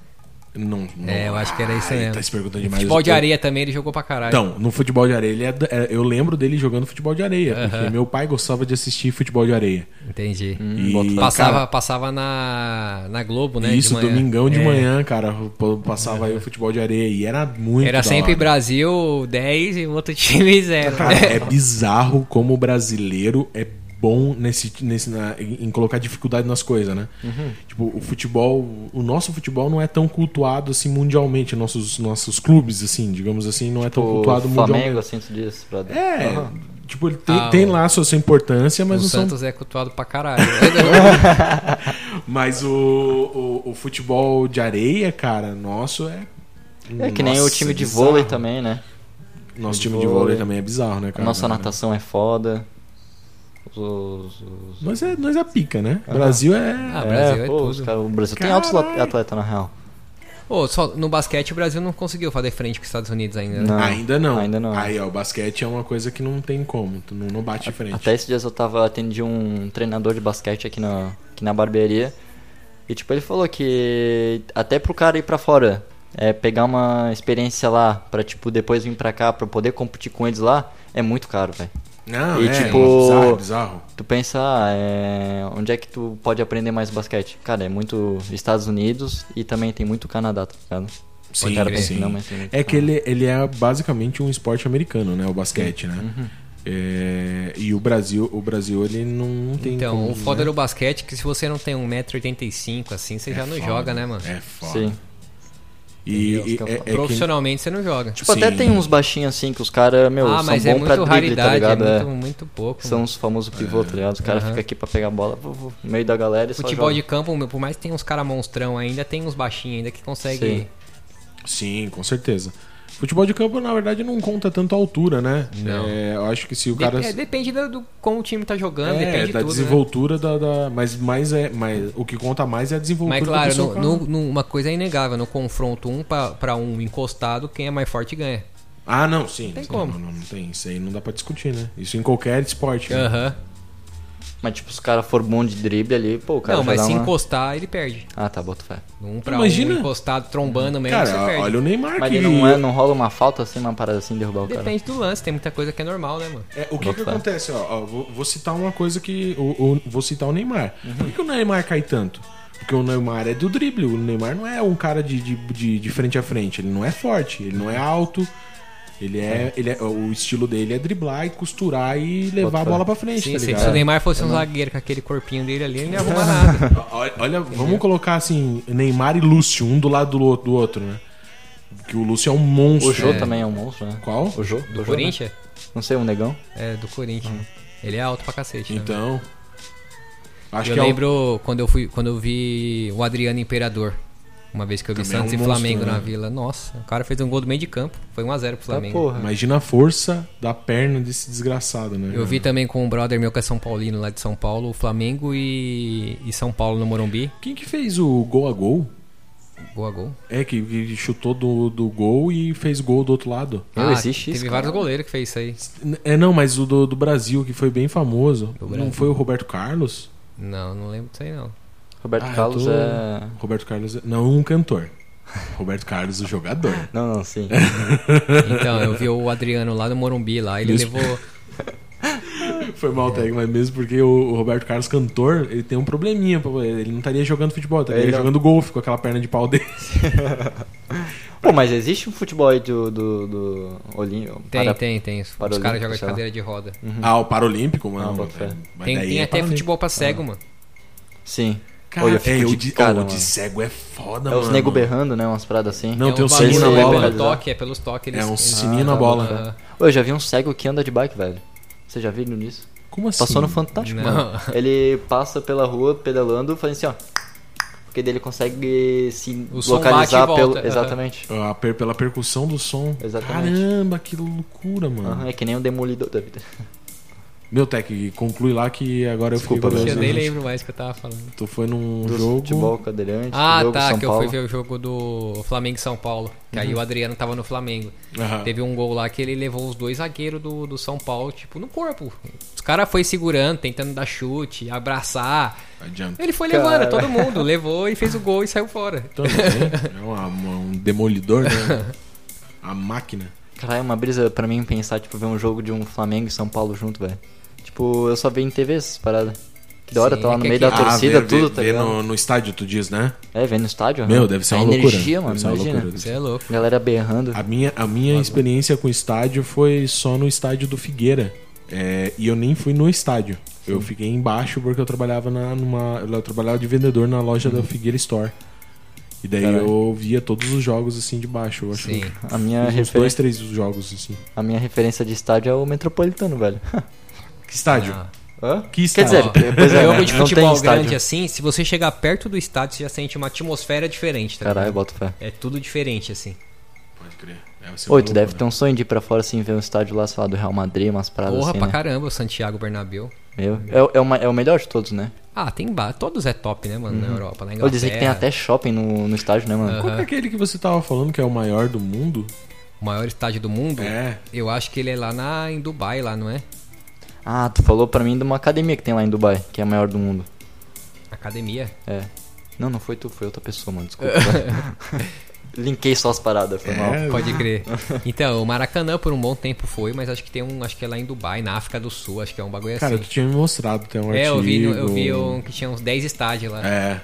Speaker 2: Não, não.
Speaker 4: É, eu acho que era isso
Speaker 2: Ai,
Speaker 4: mesmo.
Speaker 2: Tá se perguntando demais.
Speaker 4: Futebol de
Speaker 2: Eu-
Speaker 4: areia também, ele jogou pra caralho.
Speaker 2: Então, no futebol de areia, ele é da- é- eu lembro dele jogando futebol de areia, porque meu pai gostava de assistir futebol de areia.
Speaker 4: Entendi.
Speaker 3: Hum,
Speaker 2: E,
Speaker 4: Passava,
Speaker 2: cara,
Speaker 4: passava na, na Globo, né?
Speaker 2: isso,
Speaker 4: de manhã.
Speaker 2: domingão de
Speaker 4: É.
Speaker 2: manhã, cara, pô, passava aí o futebol de areia e era muito
Speaker 4: Era
Speaker 2: da
Speaker 4: sempre
Speaker 2: hora.
Speaker 4: Brasil 10 e o outro time 0.
Speaker 2: Cara, é bizarro como o brasileiro é bom nesse, nesse, na- em em colocar dificuldade nas coisas, né?
Speaker 3: Uhum.
Speaker 2: Tipo, o futebol, o nosso futebol não é tão cultuado assim mundialmente, nossos, nossos clubes, assim, digamos assim, não é tão
Speaker 3: O
Speaker 2: cultuado mundialmente.
Speaker 3: Tipo, Flamengo, assim, tu diz, pra...
Speaker 2: É,
Speaker 3: Aham.
Speaker 2: tipo, ele tem,
Speaker 4: Ah,
Speaker 2: tem
Speaker 4: o-
Speaker 2: lá a sua, sua importância, mas
Speaker 4: o
Speaker 2: não são
Speaker 4: Santos é cultuado pra caralho.
Speaker 2: Mas o, o, o futebol de areia, cara, nosso é.
Speaker 3: É que nem
Speaker 2: Nossa,
Speaker 3: o time de
Speaker 2: bizarro.
Speaker 3: vôlei também, né?
Speaker 2: Nosso
Speaker 3: de
Speaker 2: time de
Speaker 3: vôlei.
Speaker 2: vôlei também é bizarro, né,
Speaker 3: A
Speaker 2: cara?
Speaker 3: nossa
Speaker 2: É.
Speaker 3: natação é foda. Os- os-
Speaker 2: Nós é, nós é pica, né? Brasil é.
Speaker 4: Ah, Brasil é
Speaker 3: pô, os
Speaker 4: tudo.
Speaker 3: cara- o Brasil tem
Speaker 2: Caralho.
Speaker 3: altos atletas, na real.
Speaker 4: Ô, só no basquete o Brasil não conseguiu fazer frente com os Estados Unidos ainda. né?
Speaker 3: Não.
Speaker 2: ainda não.
Speaker 3: ainda não.
Speaker 2: Aí, ó, o basquete é uma coisa que não tem como. Tu não, não bate de frente.
Speaker 3: Até esses dias eu tava atendi um treinador de basquete aqui na, aqui na barbearia. E tipo, ele falou que até pro cara ir pra fora, é, pegar uma experiência lá pra tipo depois vir pra cá pra poder competir com eles lá, é muito caro, velho.
Speaker 2: Não,
Speaker 3: E,
Speaker 2: é,
Speaker 3: tipo,
Speaker 2: bizarro, bizarro.
Speaker 3: Tu pensa, ah, é, onde é que tu pode aprender mais basquete? Cara, é muito Estados Unidos e também tem muito Canadá, tá ligado?
Speaker 2: Sim,
Speaker 3: cara
Speaker 2: sim.
Speaker 3: pensa, não, mas tá. tem muito
Speaker 2: É que
Speaker 3: caro.
Speaker 2: ele, ele é basicamente um esporte americano, né? O basquete, né?
Speaker 3: Uhum.
Speaker 2: É, e o Brasil, o Brasil, ele não tem.
Speaker 4: Então,
Speaker 2: como,
Speaker 4: o foda
Speaker 2: né?
Speaker 4: do basquete é que se você não tem 1,85m assim, você já não
Speaker 2: É foda.
Speaker 4: joga, né, mano?
Speaker 2: É foda.
Speaker 3: Sim.
Speaker 2: E,
Speaker 3: Deus,
Speaker 2: e-
Speaker 3: que eu
Speaker 2: é,
Speaker 3: falo.
Speaker 2: é que-
Speaker 4: Profissionalmente você não joga.
Speaker 3: Tipo, até
Speaker 2: Sim.
Speaker 3: tem uns baixinhos assim que os caras, meu,
Speaker 4: ah,
Speaker 3: são
Speaker 4: mas
Speaker 3: bons
Speaker 4: é
Speaker 3: pra
Speaker 4: muito
Speaker 3: drible, tá
Speaker 4: raridade,
Speaker 3: ligado?
Speaker 4: é
Speaker 3: É.
Speaker 4: muito, muito pouco.
Speaker 3: São
Speaker 4: mano.
Speaker 3: os famosos pivô, tá ligado? Os caras
Speaker 4: Aham.
Speaker 3: ficam aqui pra pegar a bola vô, vô, no meio da galera e só
Speaker 4: Futebol de
Speaker 3: joga.
Speaker 4: campo, meu, por mais que tenha uns caras monstrão ainda, tem uns baixinhos ainda que conseguem.
Speaker 3: Sim.
Speaker 2: Sim, com certeza. Futebol de campo, na verdade, não conta tanto a altura, né?
Speaker 4: Não.
Speaker 2: É, eu acho que se o
Speaker 4: Dep-
Speaker 2: cara.
Speaker 4: é, depende do, do como o time tá jogando,
Speaker 2: É,
Speaker 4: depende de
Speaker 2: da
Speaker 4: tudo. né?
Speaker 2: desenvoltura da, da- Mas, mas, é, mas o que conta mais é a desenvoltura
Speaker 4: Mas
Speaker 2: do
Speaker 4: claro,
Speaker 2: seu
Speaker 4: no-
Speaker 2: cara.
Speaker 4: no- no- uma coisa é inegável, no confronto um pra pra um encostado, quem é mais forte ganha.
Speaker 2: Ah, não, sim.
Speaker 4: Tem
Speaker 2: sim,
Speaker 4: como.
Speaker 2: Não, não, não tem. Isso aí não dá pra discutir, né? Isso em qualquer esporte. né?
Speaker 4: Aham.
Speaker 3: Mas tipo, os caras foram bons de drible ali, pô, o cara
Speaker 4: Não,
Speaker 3: já
Speaker 4: mas
Speaker 3: dá
Speaker 4: se
Speaker 3: uma...
Speaker 4: encostar, ele perde.
Speaker 3: Ah, tá, bota fé.
Speaker 4: Um pra
Speaker 2: Imagina.
Speaker 4: um encostado, trombando mesmo,
Speaker 2: Cara,
Speaker 4: você perde.
Speaker 2: olha o Neymar
Speaker 3: Mas
Speaker 2: que...
Speaker 3: ele não, é, não rola uma falta assim, uma parada assim, derrubar o cara.
Speaker 4: Depende do lance, tem muita coisa que é normal, né, mano?
Speaker 2: É, o que,
Speaker 3: Bota
Speaker 2: que
Speaker 3: fé.
Speaker 2: acontece? Ó, ó, vou, vou citar uma coisa que. O, o- vou citar o Neymar.
Speaker 4: Uhum.
Speaker 2: Por que, que o Neymar cai tanto? Porque o Neymar é do drible. O Neymar não é um cara de, de, de, de frente a frente. Ele não é forte, ele não é alto. Ele é, ele é- O estilo dele é driblar e costurar e levar a
Speaker 3: fé.
Speaker 2: bola pra frente,
Speaker 4: Sim,
Speaker 2: tá
Speaker 4: sim.
Speaker 2: ligado?
Speaker 4: Se o Neymar fosse um zagueiro com aquele corpinho dele ali, ele não ia arrumar nada.
Speaker 2: Olha, olha, vamos colocar assim: Neymar e Lúcio, um do lado do outro, do outro, né? Porque o Lúcio é um monstro.
Speaker 3: O Jô
Speaker 2: É.
Speaker 4: tá.
Speaker 3: também é um monstro, né?
Speaker 2: Qual?
Speaker 3: O Jô? O Jô,
Speaker 4: Do
Speaker 3: né?
Speaker 4: Corinthians?
Speaker 3: Não sei, um negão.
Speaker 4: É, do Corinthians. Ele é alto pra cacete. né?
Speaker 2: Uhum. Então. Acho
Speaker 4: eu
Speaker 2: que é o-
Speaker 4: lembro quando eu fui, quando eu vi o Adriano Imperador. Uma vez que eu vi
Speaker 2: Também é um
Speaker 4: Santos e
Speaker 2: monstro,
Speaker 4: Flamengo
Speaker 2: né?
Speaker 4: na vila. Nossa, o cara fez um gol do meio de campo. Foi 1x0 pro
Speaker 3: Tá
Speaker 4: Flamengo.
Speaker 3: porra.
Speaker 2: Imagina a força da perna desse desgraçado, né?
Speaker 4: Eu vi também com um brother meu que é São Paulino lá de São Paulo, o Flamengo e, e São Paulo no Morumbi.
Speaker 2: Quem que fez o gol a gol?
Speaker 4: Boa gol.
Speaker 2: É, que, que chutou do, do gol e fez gol do outro lado.
Speaker 3: Meu, existe
Speaker 4: Ah, teve
Speaker 3: isso,
Speaker 4: vários
Speaker 3: cara.
Speaker 4: goleiros que fez isso aí.
Speaker 2: É, não, mas o do, do Brasil, que foi bem famoso. Não
Speaker 4: Brasil.
Speaker 2: foi o Roberto Carlos?
Speaker 4: Não, não lembro disso aí não.
Speaker 3: Roberto
Speaker 2: Ah, eu
Speaker 3: Carlos
Speaker 2: tô-
Speaker 3: é.
Speaker 2: Roberto Carlos. é- Não, um cantor. Roberto Carlos, o jogador.
Speaker 3: Não, não, sim.
Speaker 4: Então, eu vi o Adriano lá no Morumbi lá, ele
Speaker 2: Isso.
Speaker 4: levou.
Speaker 2: Foi mal,
Speaker 3: É.
Speaker 2: Teg, mas mesmo porque o o Roberto Carlos, cantor, ele tem um probleminha. pô, Ele não estaria jogando futebol, tá estaria
Speaker 3: Ele é não.
Speaker 2: jogando golfe com aquela perna de pau dele.
Speaker 3: Pô, mas existe um futebol aí do. do, do Olímpio.
Speaker 4: Tem,
Speaker 3: para-
Speaker 4: tem, tem. Os
Speaker 3: Paralímpico,
Speaker 4: caras jogam de
Speaker 3: sei lá.
Speaker 4: cadeira de roda.
Speaker 2: Ah, o Paralímpico,
Speaker 3: Ah,
Speaker 2: mano.
Speaker 3: bota fé.
Speaker 2: Mas
Speaker 4: Tem,
Speaker 2: daí
Speaker 4: tem
Speaker 2: é
Speaker 4: até
Speaker 2: Paralímpico.
Speaker 4: futebol pra cego, mano.
Speaker 3: Sim.
Speaker 2: Cara,
Speaker 3: Olha, eu fico
Speaker 2: é, o
Speaker 3: de
Speaker 2: de,
Speaker 3: cara,
Speaker 2: ó, o
Speaker 3: mano.
Speaker 2: de cego é foda,
Speaker 3: É
Speaker 2: mano.
Speaker 3: os nego berrando, né? Umas paradas assim.
Speaker 2: Não,
Speaker 4: é
Speaker 2: tem um
Speaker 4: bagulho,
Speaker 2: sininho na
Speaker 4: é
Speaker 2: bola.
Speaker 4: Pelo toque, é pelos toques.
Speaker 2: É
Speaker 4: eles-
Speaker 2: um sininho na bola. né?
Speaker 4: Ah,
Speaker 3: Ô, eu já vi um cego que anda de bike, velho. Você já viu nisso?
Speaker 2: Como assim?
Speaker 3: Passou no Fantástico,
Speaker 4: Não.
Speaker 3: mano. Ele passa pela rua pedalando, fazendo assim, ó. Porque dele consegue se
Speaker 4: O som
Speaker 3: localizar
Speaker 4: bate e
Speaker 3: pelo.
Speaker 4: volta.
Speaker 3: Exatamente.
Speaker 2: Ah, per- pela percussão do som.
Speaker 3: Exatamente.
Speaker 2: Caramba, que loucura, mano.
Speaker 3: Aham, é que nem um demolidor da vida.
Speaker 2: Meu Tec, conclui lá que agora
Speaker 3: Desculpa,
Speaker 2: eu fiquei
Speaker 4: Eu
Speaker 2: curioso. né?
Speaker 4: nem lembro mais o que eu tava falando.
Speaker 2: Tu foi num
Speaker 3: Do
Speaker 2: Um jogo.
Speaker 3: Futebol, cadeirante,
Speaker 4: Ah,
Speaker 3: jogo,
Speaker 4: tá,
Speaker 3: São
Speaker 4: que
Speaker 3: Paulo.
Speaker 4: eu fui ver o jogo do Flamengo e São Paulo. Que
Speaker 2: Uhum.
Speaker 4: aí o Adriano tava no Flamengo.
Speaker 2: Aham.
Speaker 4: Teve um gol lá que ele levou os dois zagueiros do, do São Paulo, tipo, no corpo. Os caras foi segurando, tentando dar chute, abraçar.
Speaker 2: Adianta.
Speaker 4: Ele foi
Speaker 3: Cara.
Speaker 4: levando, todo mundo. Levou e fez o gol e saiu fora.
Speaker 2: Também. É uma- uma- um demolidor, né? A máquina.
Speaker 3: Caralho, é uma brisa pra mim pensar, tipo, ver um jogo de um Flamengo e São Paulo junto, velho. Tipo, eu só vi em TV essas paradas. Que da hora,
Speaker 4: Sim,
Speaker 3: tá lá
Speaker 4: é
Speaker 3: no
Speaker 4: que
Speaker 3: meio
Speaker 4: aqui-
Speaker 3: da
Speaker 2: Ah,
Speaker 3: torcida,
Speaker 2: vê-
Speaker 3: tudo,
Speaker 2: vê-
Speaker 3: tá
Speaker 2: vê
Speaker 3: ligado?
Speaker 2: no, no estádio, tu diz, né?
Speaker 3: É, vendo no estádio.
Speaker 2: Meu,
Speaker 3: né?
Speaker 2: deve ser
Speaker 3: A
Speaker 2: uma
Speaker 3: energia,
Speaker 2: loucura.
Speaker 3: mano,
Speaker 2: Deve ser uma
Speaker 3: imagina.
Speaker 2: loucura. Ah,
Speaker 4: Você é louco.
Speaker 3: Galera berrando.
Speaker 2: A minha, a minha experiência com estádio foi só no estádio do Figueira. É, e eu nem fui no estádio. Eu fiquei embaixo porque eu trabalhava na, numa. Eu trabalhava de vendedor na loja da Figueira Store. E daí
Speaker 3: Uhum. Caralho. É,
Speaker 2: eu via todos os jogos assim de baixo. Eu acho
Speaker 4: Sim.
Speaker 2: que
Speaker 3: A minha,
Speaker 2: uns
Speaker 3: refer-
Speaker 2: dois, três jogos assim.
Speaker 3: a minha referência de estádio é o Metropolitano, velho.
Speaker 2: Que estádio?
Speaker 4: Ah.
Speaker 3: Hã?
Speaker 2: Que
Speaker 3: Quer
Speaker 2: estádio?
Speaker 3: dizer, pois é,
Speaker 4: jogo
Speaker 3: né?
Speaker 4: de
Speaker 3: não tem
Speaker 4: futebol grande
Speaker 3: estádio.
Speaker 4: assim, se você chegar perto do estádio, você já sente uma atmosfera diferente, tá?
Speaker 3: Caralho,
Speaker 4: ligado?
Speaker 3: bota fé.
Speaker 4: É tudo diferente, assim.
Speaker 2: Pode crer. Deve ser uma
Speaker 3: Oi, tu deve
Speaker 2: loucura.
Speaker 3: ter um sonho de ir pra fora assim, ver um estádio lá, sei lá, do Real Madrid, umas paradas
Speaker 4: Porra
Speaker 3: assim,
Speaker 4: pra
Speaker 3: né?
Speaker 4: caramba, o Santiago Bernabéu.
Speaker 3: Meu, é, é, uma- é o melhor de todos, né?
Speaker 4: Ah, tem bar. Todos é top, né, mano, na Europa, na
Speaker 3: Eu
Speaker 4: Inglaterra.
Speaker 3: Uhum. dizer que tem até shopping no, no estádio, né, mano?
Speaker 4: Aham.
Speaker 2: Qual que é aquele que você tava falando que é o maior do mundo?
Speaker 4: O maior estádio do mundo.
Speaker 2: É.
Speaker 4: Eu acho que ele é lá na, em Dubai, lá, não é?
Speaker 3: Ah, tu falou pra mim de uma academia que tem lá em Dubai, que é a maior do mundo.
Speaker 4: Academia.
Speaker 3: É. Não, não foi tu, foi outra pessoa, mano. Desculpa. Linkei só as paradas,
Speaker 2: é,
Speaker 3: foi
Speaker 4: É.
Speaker 3: mal.
Speaker 4: Pode crer. Então, o Maracanã por um bom tempo foi, mas acho que tem um. Acho que é lá em Dubai, na África do Sul, acho que é um bagulho
Speaker 2: Cara,
Speaker 4: assim.
Speaker 2: tu tinha me mostrado, tem um
Speaker 4: É, eu vi, no-
Speaker 2: artigo.
Speaker 4: eu vi um que tinha uns 10 estádios lá.
Speaker 2: É.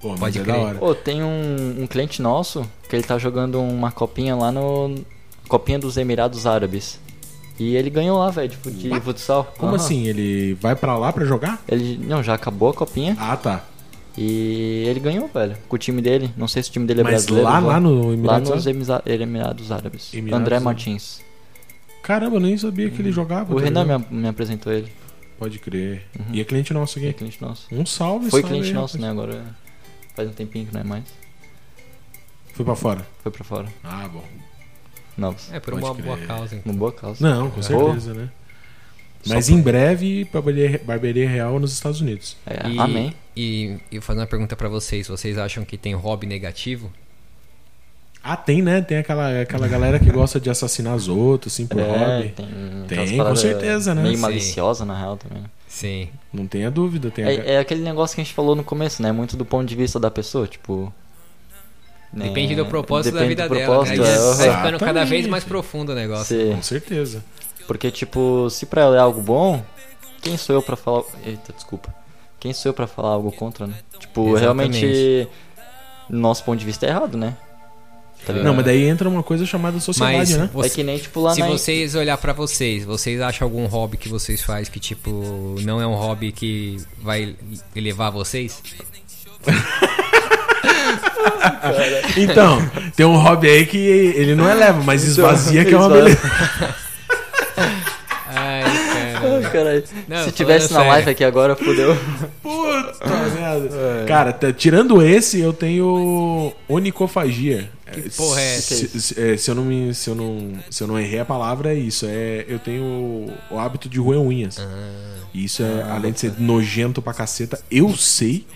Speaker 2: Pô, mas
Speaker 4: Pode
Speaker 2: é da
Speaker 4: crer.
Speaker 2: hora.
Speaker 3: Ô, tem um, um cliente nosso que ele tá jogando uma copinha lá no. Copinha dos Emirados Árabes. E ele ganhou lá, velho, de, fut- de futsal.
Speaker 2: Como
Speaker 3: Aham.
Speaker 2: assim? Ele vai pra lá pra jogar?
Speaker 3: Ele. Não, já acabou a copinha
Speaker 2: Ah, tá.
Speaker 3: e ele ganhou, velho. Com o time dele. Não sei se o time dele é
Speaker 2: Mas
Speaker 3: brasileiro.
Speaker 2: lá,
Speaker 3: vó.
Speaker 2: lá no
Speaker 3: Lá
Speaker 2: Emirados
Speaker 3: nos
Speaker 2: Árabes?
Speaker 3: Emisa- é Emirados Árabes.
Speaker 2: Emirados
Speaker 3: André
Speaker 2: Árabes.
Speaker 3: Martins.
Speaker 2: Caramba, eu nem sabia que ele jogava.
Speaker 3: Uhum. O
Speaker 2: tá
Speaker 3: Renan me,
Speaker 2: ligado?
Speaker 3: ap- me apresentou ele.
Speaker 2: Pode crer. E é cliente nosso
Speaker 3: É
Speaker 2: aqui.
Speaker 3: cliente nosso.
Speaker 2: Um salve,
Speaker 3: Foi
Speaker 2: salve
Speaker 3: cliente
Speaker 2: aí,
Speaker 3: nosso, né?
Speaker 2: rapaz.
Speaker 3: Agora faz um tempinho que não é mais. né?
Speaker 2: Foi pra fora.
Speaker 3: Foi pra fora.
Speaker 2: Ah, bom.
Speaker 3: Novos.
Speaker 4: É, por
Speaker 2: Pode
Speaker 4: uma boa
Speaker 2: crer.
Speaker 4: causa. então.
Speaker 3: Uma boa causa.
Speaker 2: Não, com certeza, né? Mas em breve, barbearia, barbearia real nos Estados Unidos.
Speaker 3: É,
Speaker 4: E,
Speaker 3: Amém.
Speaker 4: E, e fazer uma pergunta pra vocês: vocês acham que tem hobby negativo?
Speaker 2: Ah, tem, né? Tem aquela, aquela galera que gosta de assassinar os outros, assim, por
Speaker 3: É,
Speaker 2: hobby.
Speaker 3: tem,
Speaker 2: Tem,
Speaker 3: aquelas
Speaker 2: com
Speaker 3: paradas
Speaker 2: certeza, né?
Speaker 3: Meio
Speaker 2: Sim.
Speaker 3: maliciosa, na real, também.
Speaker 4: Sim.
Speaker 2: Não tenha dúvida. Tem a ga-
Speaker 3: É, é aquele negócio que a gente falou no começo, né? Muito do ponto de vista da pessoa, tipo... né,
Speaker 4: Depende do propósito
Speaker 3: depende
Speaker 4: da vida
Speaker 3: do
Speaker 4: dela. Né?
Speaker 3: propósito,
Speaker 4: Vai
Speaker 3: é,
Speaker 2: Exato.
Speaker 4: ficando cada vez
Speaker 2: Exatamente.
Speaker 4: mais profundo o negócio.
Speaker 3: se-
Speaker 2: Com certeza.
Speaker 3: Porque, tipo, se pra ela é algo bom, quem sou eu pra falar. Eita, desculpa. Quem sou eu pra falar algo contra, né? Tipo,
Speaker 4: Exatamente.
Speaker 3: realmente. Nosso ponto de vista é errado, né?
Speaker 4: É.
Speaker 3: Tá ligado?
Speaker 2: É. Não, mas daí entra uma coisa chamada
Speaker 4: Mas
Speaker 2: sociedade, né?
Speaker 4: você-
Speaker 3: É que nem, tipo, lá
Speaker 4: se
Speaker 3: na.
Speaker 4: vocês olhar pra vocês, vocês acham algum hobby que vocês fazem que tipo não é um hobby que vai elevar vocês?
Speaker 2: Então, tem um hobby aí que ele não eleva, mas
Speaker 4: Então,
Speaker 2: esvazia que é uma
Speaker 3: Exato.
Speaker 2: beleza.
Speaker 4: Ai, cara.
Speaker 3: Ai, caralho.
Speaker 4: Não,
Speaker 3: se tivesse na
Speaker 4: falando
Speaker 3: live
Speaker 4: sério.
Speaker 3: aqui agora, fudeu.
Speaker 2: Puta
Speaker 4: Tá
Speaker 2: merda. É.
Speaker 4: É.
Speaker 2: Cara, t- tirando esse, eu tenho onicofagia.
Speaker 4: Que porra é
Speaker 2: se, se- é, se eu não me, se eu não, se eu não errei a palavra, é isso. É, eu tenho o hábito de roer
Speaker 4: Ah.
Speaker 2: unhas. E Isso é, além de ser nojento pra caceta, eu sei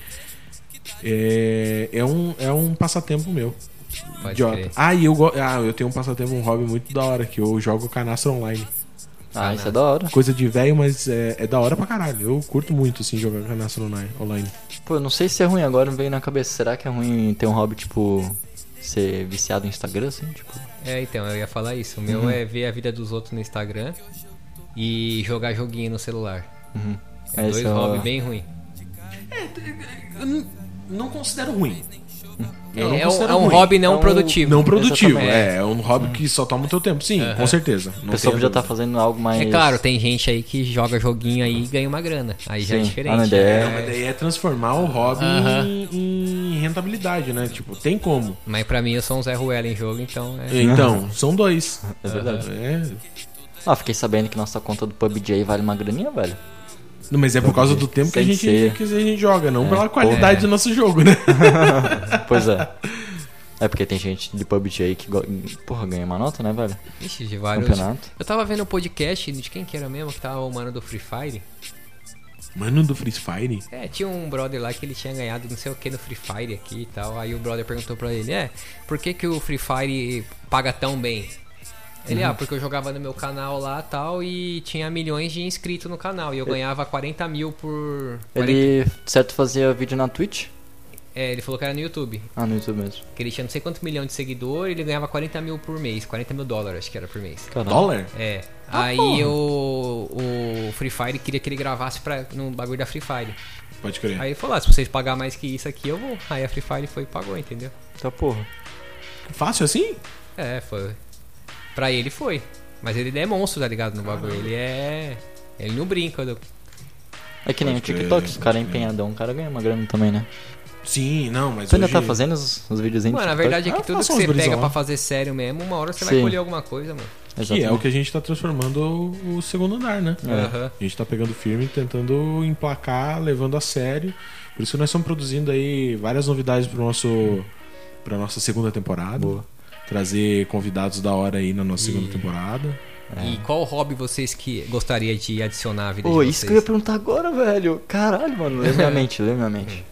Speaker 2: É, é, um, é um passatempo meu.
Speaker 4: Pode
Speaker 2: Idiota.
Speaker 4: crer.
Speaker 2: Ah, e eu, go- ah, eu tenho um passatempo, um hobby muito da hora, que eu jogo canastra online.
Speaker 3: Ah, isso
Speaker 4: né?
Speaker 3: é da hora.
Speaker 2: Coisa de velho, mas é, é da hora pra caralho. Eu curto muito, assim, jogar canastra online. online.
Speaker 3: Pô, eu não sei se é ruim agora, não veio na cabeça. Será que é ruim ter um hobby, tipo, ser viciado no Instagram, assim? Tipo,
Speaker 4: É, então, eu ia falar isso. O meu
Speaker 3: Uhum.
Speaker 4: é ver a vida dos outros no Instagram e jogar joguinho no celular. É
Speaker 3: esse
Speaker 4: dois
Speaker 3: é o-
Speaker 4: hobbies bem ruim.
Speaker 2: Eu não, não considero ruim.
Speaker 4: É,
Speaker 2: Eu não
Speaker 4: é um,
Speaker 2: considero
Speaker 4: é um
Speaker 2: ruim.
Speaker 4: hobby não
Speaker 3: É um-
Speaker 4: produtivo.
Speaker 2: Não produtivo,
Speaker 4: Exatamente.
Speaker 2: é. É um hobby que só toma o teu tempo, sim, com certeza. Não
Speaker 3: a
Speaker 2: tenho
Speaker 3: pessoa podia
Speaker 2: dúvida.
Speaker 3: estar tá fazendo algo mais.
Speaker 4: É claro, tem gente aí que joga joguinho aí e ganha uma grana. Aí já é
Speaker 3: Sim.
Speaker 4: diferente.
Speaker 3: Ah, não,
Speaker 4: né?
Speaker 3: é-
Speaker 2: Não, mas daí é transformar o hobby
Speaker 4: Aham.
Speaker 2: em, em rentabilidade, né? Tipo, tem como.
Speaker 4: Mas pra mim eu sou um Zé Ruela em jogo, então é.
Speaker 2: Então, são dois.
Speaker 3: É verdade.
Speaker 2: É.
Speaker 3: Ah, fiquei sabendo que nossa conta do PUBG aí vale uma graninha, velho.
Speaker 2: Não, Mas é por causa do tempo que a
Speaker 3: Sem
Speaker 2: gente,
Speaker 3: ser.
Speaker 2: que a gente joga,
Speaker 4: É.
Speaker 2: não pela qualidade do nosso jogo, né?
Speaker 3: Pois é. É porque tem gente de PUBG aí que, go- porra, ganha uma nota, né, velho?
Speaker 4: Ixi, de vários.
Speaker 3: Campeonato.
Speaker 4: Eu tava vendo um podcast de quem que era mesmo, que tava o mano do Free Fire.
Speaker 2: Mano do Free Fire?
Speaker 4: É, tinha um brother lá que ele tinha ganhado não sei o que no Free Fire aqui e tal. Aí o brother perguntou pra ele, é, por que que o Free Fire paga tão bem? Ele,
Speaker 3: Uhum.
Speaker 4: ah, porque eu jogava no meu canal lá e tal e tinha milhões de inscritos no canal. E eu ganhava 40 mil por... 40
Speaker 3: Ele, certo, fazia vídeo na Twitch?
Speaker 4: É, ele falou que era no YouTube.
Speaker 3: Ah, no YouTube mesmo.
Speaker 4: Que ele tinha não sei quantos milhões de seguidores ele ganhava 40 mil por mês. 40 mil dólares, acho que era por mês.
Speaker 3: Caralho.
Speaker 2: Dólar?
Speaker 4: É.
Speaker 3: Ah,
Speaker 4: aí o, o Free Fire queria que ele gravasse pra, no bagulho da Free Fire.
Speaker 2: Pode crer.
Speaker 4: Aí ele falou, ah, se vocês pagar mais que isso aqui, eu vou. Aí a Free Fire foi e pagou, entendeu?
Speaker 3: Tá porra.
Speaker 2: Fácil assim?
Speaker 4: É, foi. Pra ele foi. Mas ele é monstro, tá ligado? No bagulho. Ele é. Ele não brinca. do-
Speaker 3: É que nem
Speaker 2: Pode
Speaker 3: o
Speaker 2: crer,
Speaker 3: TikTok, se o cara é
Speaker 2: pode crer.
Speaker 3: empenhadão, o cara ganha uma grana também, né?
Speaker 2: Sim, não, mas.
Speaker 3: Tu ainda
Speaker 2: hoje- é
Speaker 3: tá fazendo os, os videozinhos?
Speaker 4: Mano, a verdade é
Speaker 2: Ah,
Speaker 4: que
Speaker 2: eu
Speaker 4: tudo que
Speaker 2: faço uns
Speaker 4: você pega
Speaker 2: brisão.
Speaker 4: pra fazer sério mesmo, uma hora você vai
Speaker 3: Sim.
Speaker 4: colher alguma coisa, mano.
Speaker 2: Que é o que a gente tá transformando o, o segundo andar, né?
Speaker 3: É,
Speaker 4: Aham.
Speaker 2: A gente tá pegando firme, tentando emplacar, levando a sério. Por isso que nós estamos produzindo aí várias novidades pro nosso pra nossa segunda temporada. Trazer convidados da hora aí na nossa segunda temporada.
Speaker 4: E qual hobby vocês que gostaria de adicionar à vida
Speaker 3: é. Pô,
Speaker 4: de
Speaker 3: isso que eu ia
Speaker 4: vocês?
Speaker 3: perguntar agora, velho. Caralho, mano. Lê minha mente, lê minha mente.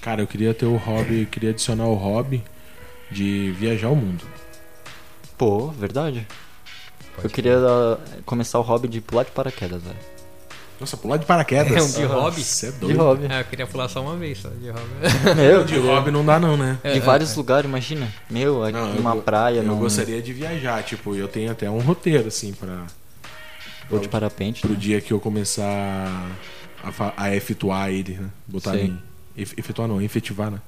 Speaker 2: Cara, eu queria ter o hobby, queria adicionar o hobby de viajar o mundo.
Speaker 3: Pô, verdade.
Speaker 4: Pode
Speaker 3: eu queria ah, começar o hobby de pular de paraquedas, velho.
Speaker 2: Nossa, pular de paraquedas.
Speaker 4: É um de hobby?
Speaker 2: Isso é
Speaker 3: De
Speaker 2: doido.
Speaker 3: hobby.
Speaker 4: Ah, eu queria pular só uma vez, só de hobby.
Speaker 3: Meu,
Speaker 2: É. De hobby não dá não, né?
Speaker 3: em vários lugares, imagina. Meu, aqui
Speaker 2: Não, eu
Speaker 3: numa
Speaker 2: go-
Speaker 3: praia,
Speaker 2: Eu
Speaker 3: num-
Speaker 2: gostaria de viajar, tipo, eu tenho até um roteiro assim para
Speaker 3: ou de parapente.
Speaker 2: pro
Speaker 3: Né?
Speaker 2: dia que eu começar a, fa- a efetuar ele, né? Botar
Speaker 3: Sim.
Speaker 2: em. ef- Efetuar não, efetivar, né?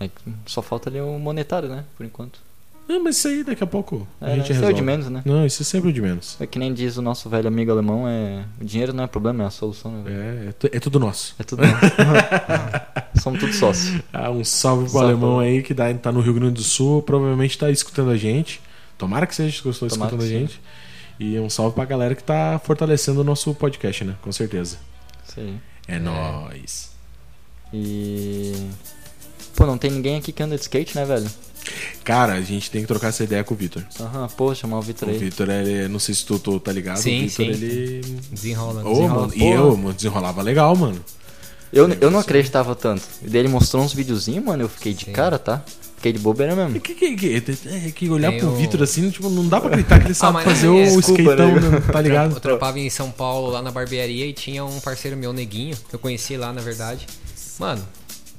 Speaker 3: É que só falta ali o monetário, né? Por enquanto.
Speaker 2: Não, mas isso aí daqui a pouco a
Speaker 3: É,
Speaker 2: gente
Speaker 3: isso é
Speaker 2: resolve.
Speaker 3: o de menos, né?
Speaker 2: Não, isso é sempre o de menos.
Speaker 3: É que nem diz o nosso velho amigo alemão, é... o dinheiro não é problema, é a solução, né, velho?
Speaker 2: É, é, tu- é tudo nosso.
Speaker 3: É tudo nosso. Somos tudo sócios.
Speaker 2: Ah, um salve pro
Speaker 3: Salve.
Speaker 2: alemão aí que dá, tá no Rio Grande do Sul, provavelmente tá escutando a gente. Tomara que seja que estou
Speaker 3: Tomara
Speaker 2: escutando a
Speaker 3: que
Speaker 2: gente. E um salve pra galera que tá fortalecendo o nosso podcast, né? Com certeza.
Speaker 3: Isso aí.
Speaker 2: É, nóis.
Speaker 3: E. Pô, não tem ninguém aqui que anda de skate, né, velho?
Speaker 2: Cara, a gente tem que trocar essa ideia com o Vitor.
Speaker 3: Aham, pô, chamar o Vitor
Speaker 2: O
Speaker 3: aí.
Speaker 2: Vitor, ele, não sei se tu, tu tá ligado,
Speaker 4: Sim,
Speaker 2: o Vitor,
Speaker 4: sim.
Speaker 2: ele
Speaker 4: Desenrola.
Speaker 2: Ô,
Speaker 4: desenrola.
Speaker 2: mano, e
Speaker 3: Tá porra.
Speaker 2: eu, mano, desenrolava legal, mano.
Speaker 3: Eu, eu não acreditava tanto. E daí ele mostrou uns videozinhos, mano, eu fiquei de
Speaker 4: Sim.
Speaker 3: cara, tá? Fiquei de bobeira
Speaker 2: É
Speaker 3: mesmo.
Speaker 2: que, que, que- é que olhar
Speaker 4: Tem
Speaker 2: pro
Speaker 4: o-
Speaker 2: Vitor assim, tipo, não dá pra acreditar que ele sabe
Speaker 4: mas
Speaker 2: fazer
Speaker 4: é,
Speaker 2: o
Speaker 3: Ah, desculpa,
Speaker 2: skatão,
Speaker 3: né?
Speaker 2: mesmo, tá
Speaker 4: Eu
Speaker 2: ligado?
Speaker 4: trampava em São Paulo lá na barbearia e tinha um parceiro meu, Neguinho, que eu conheci lá na verdade. Mano,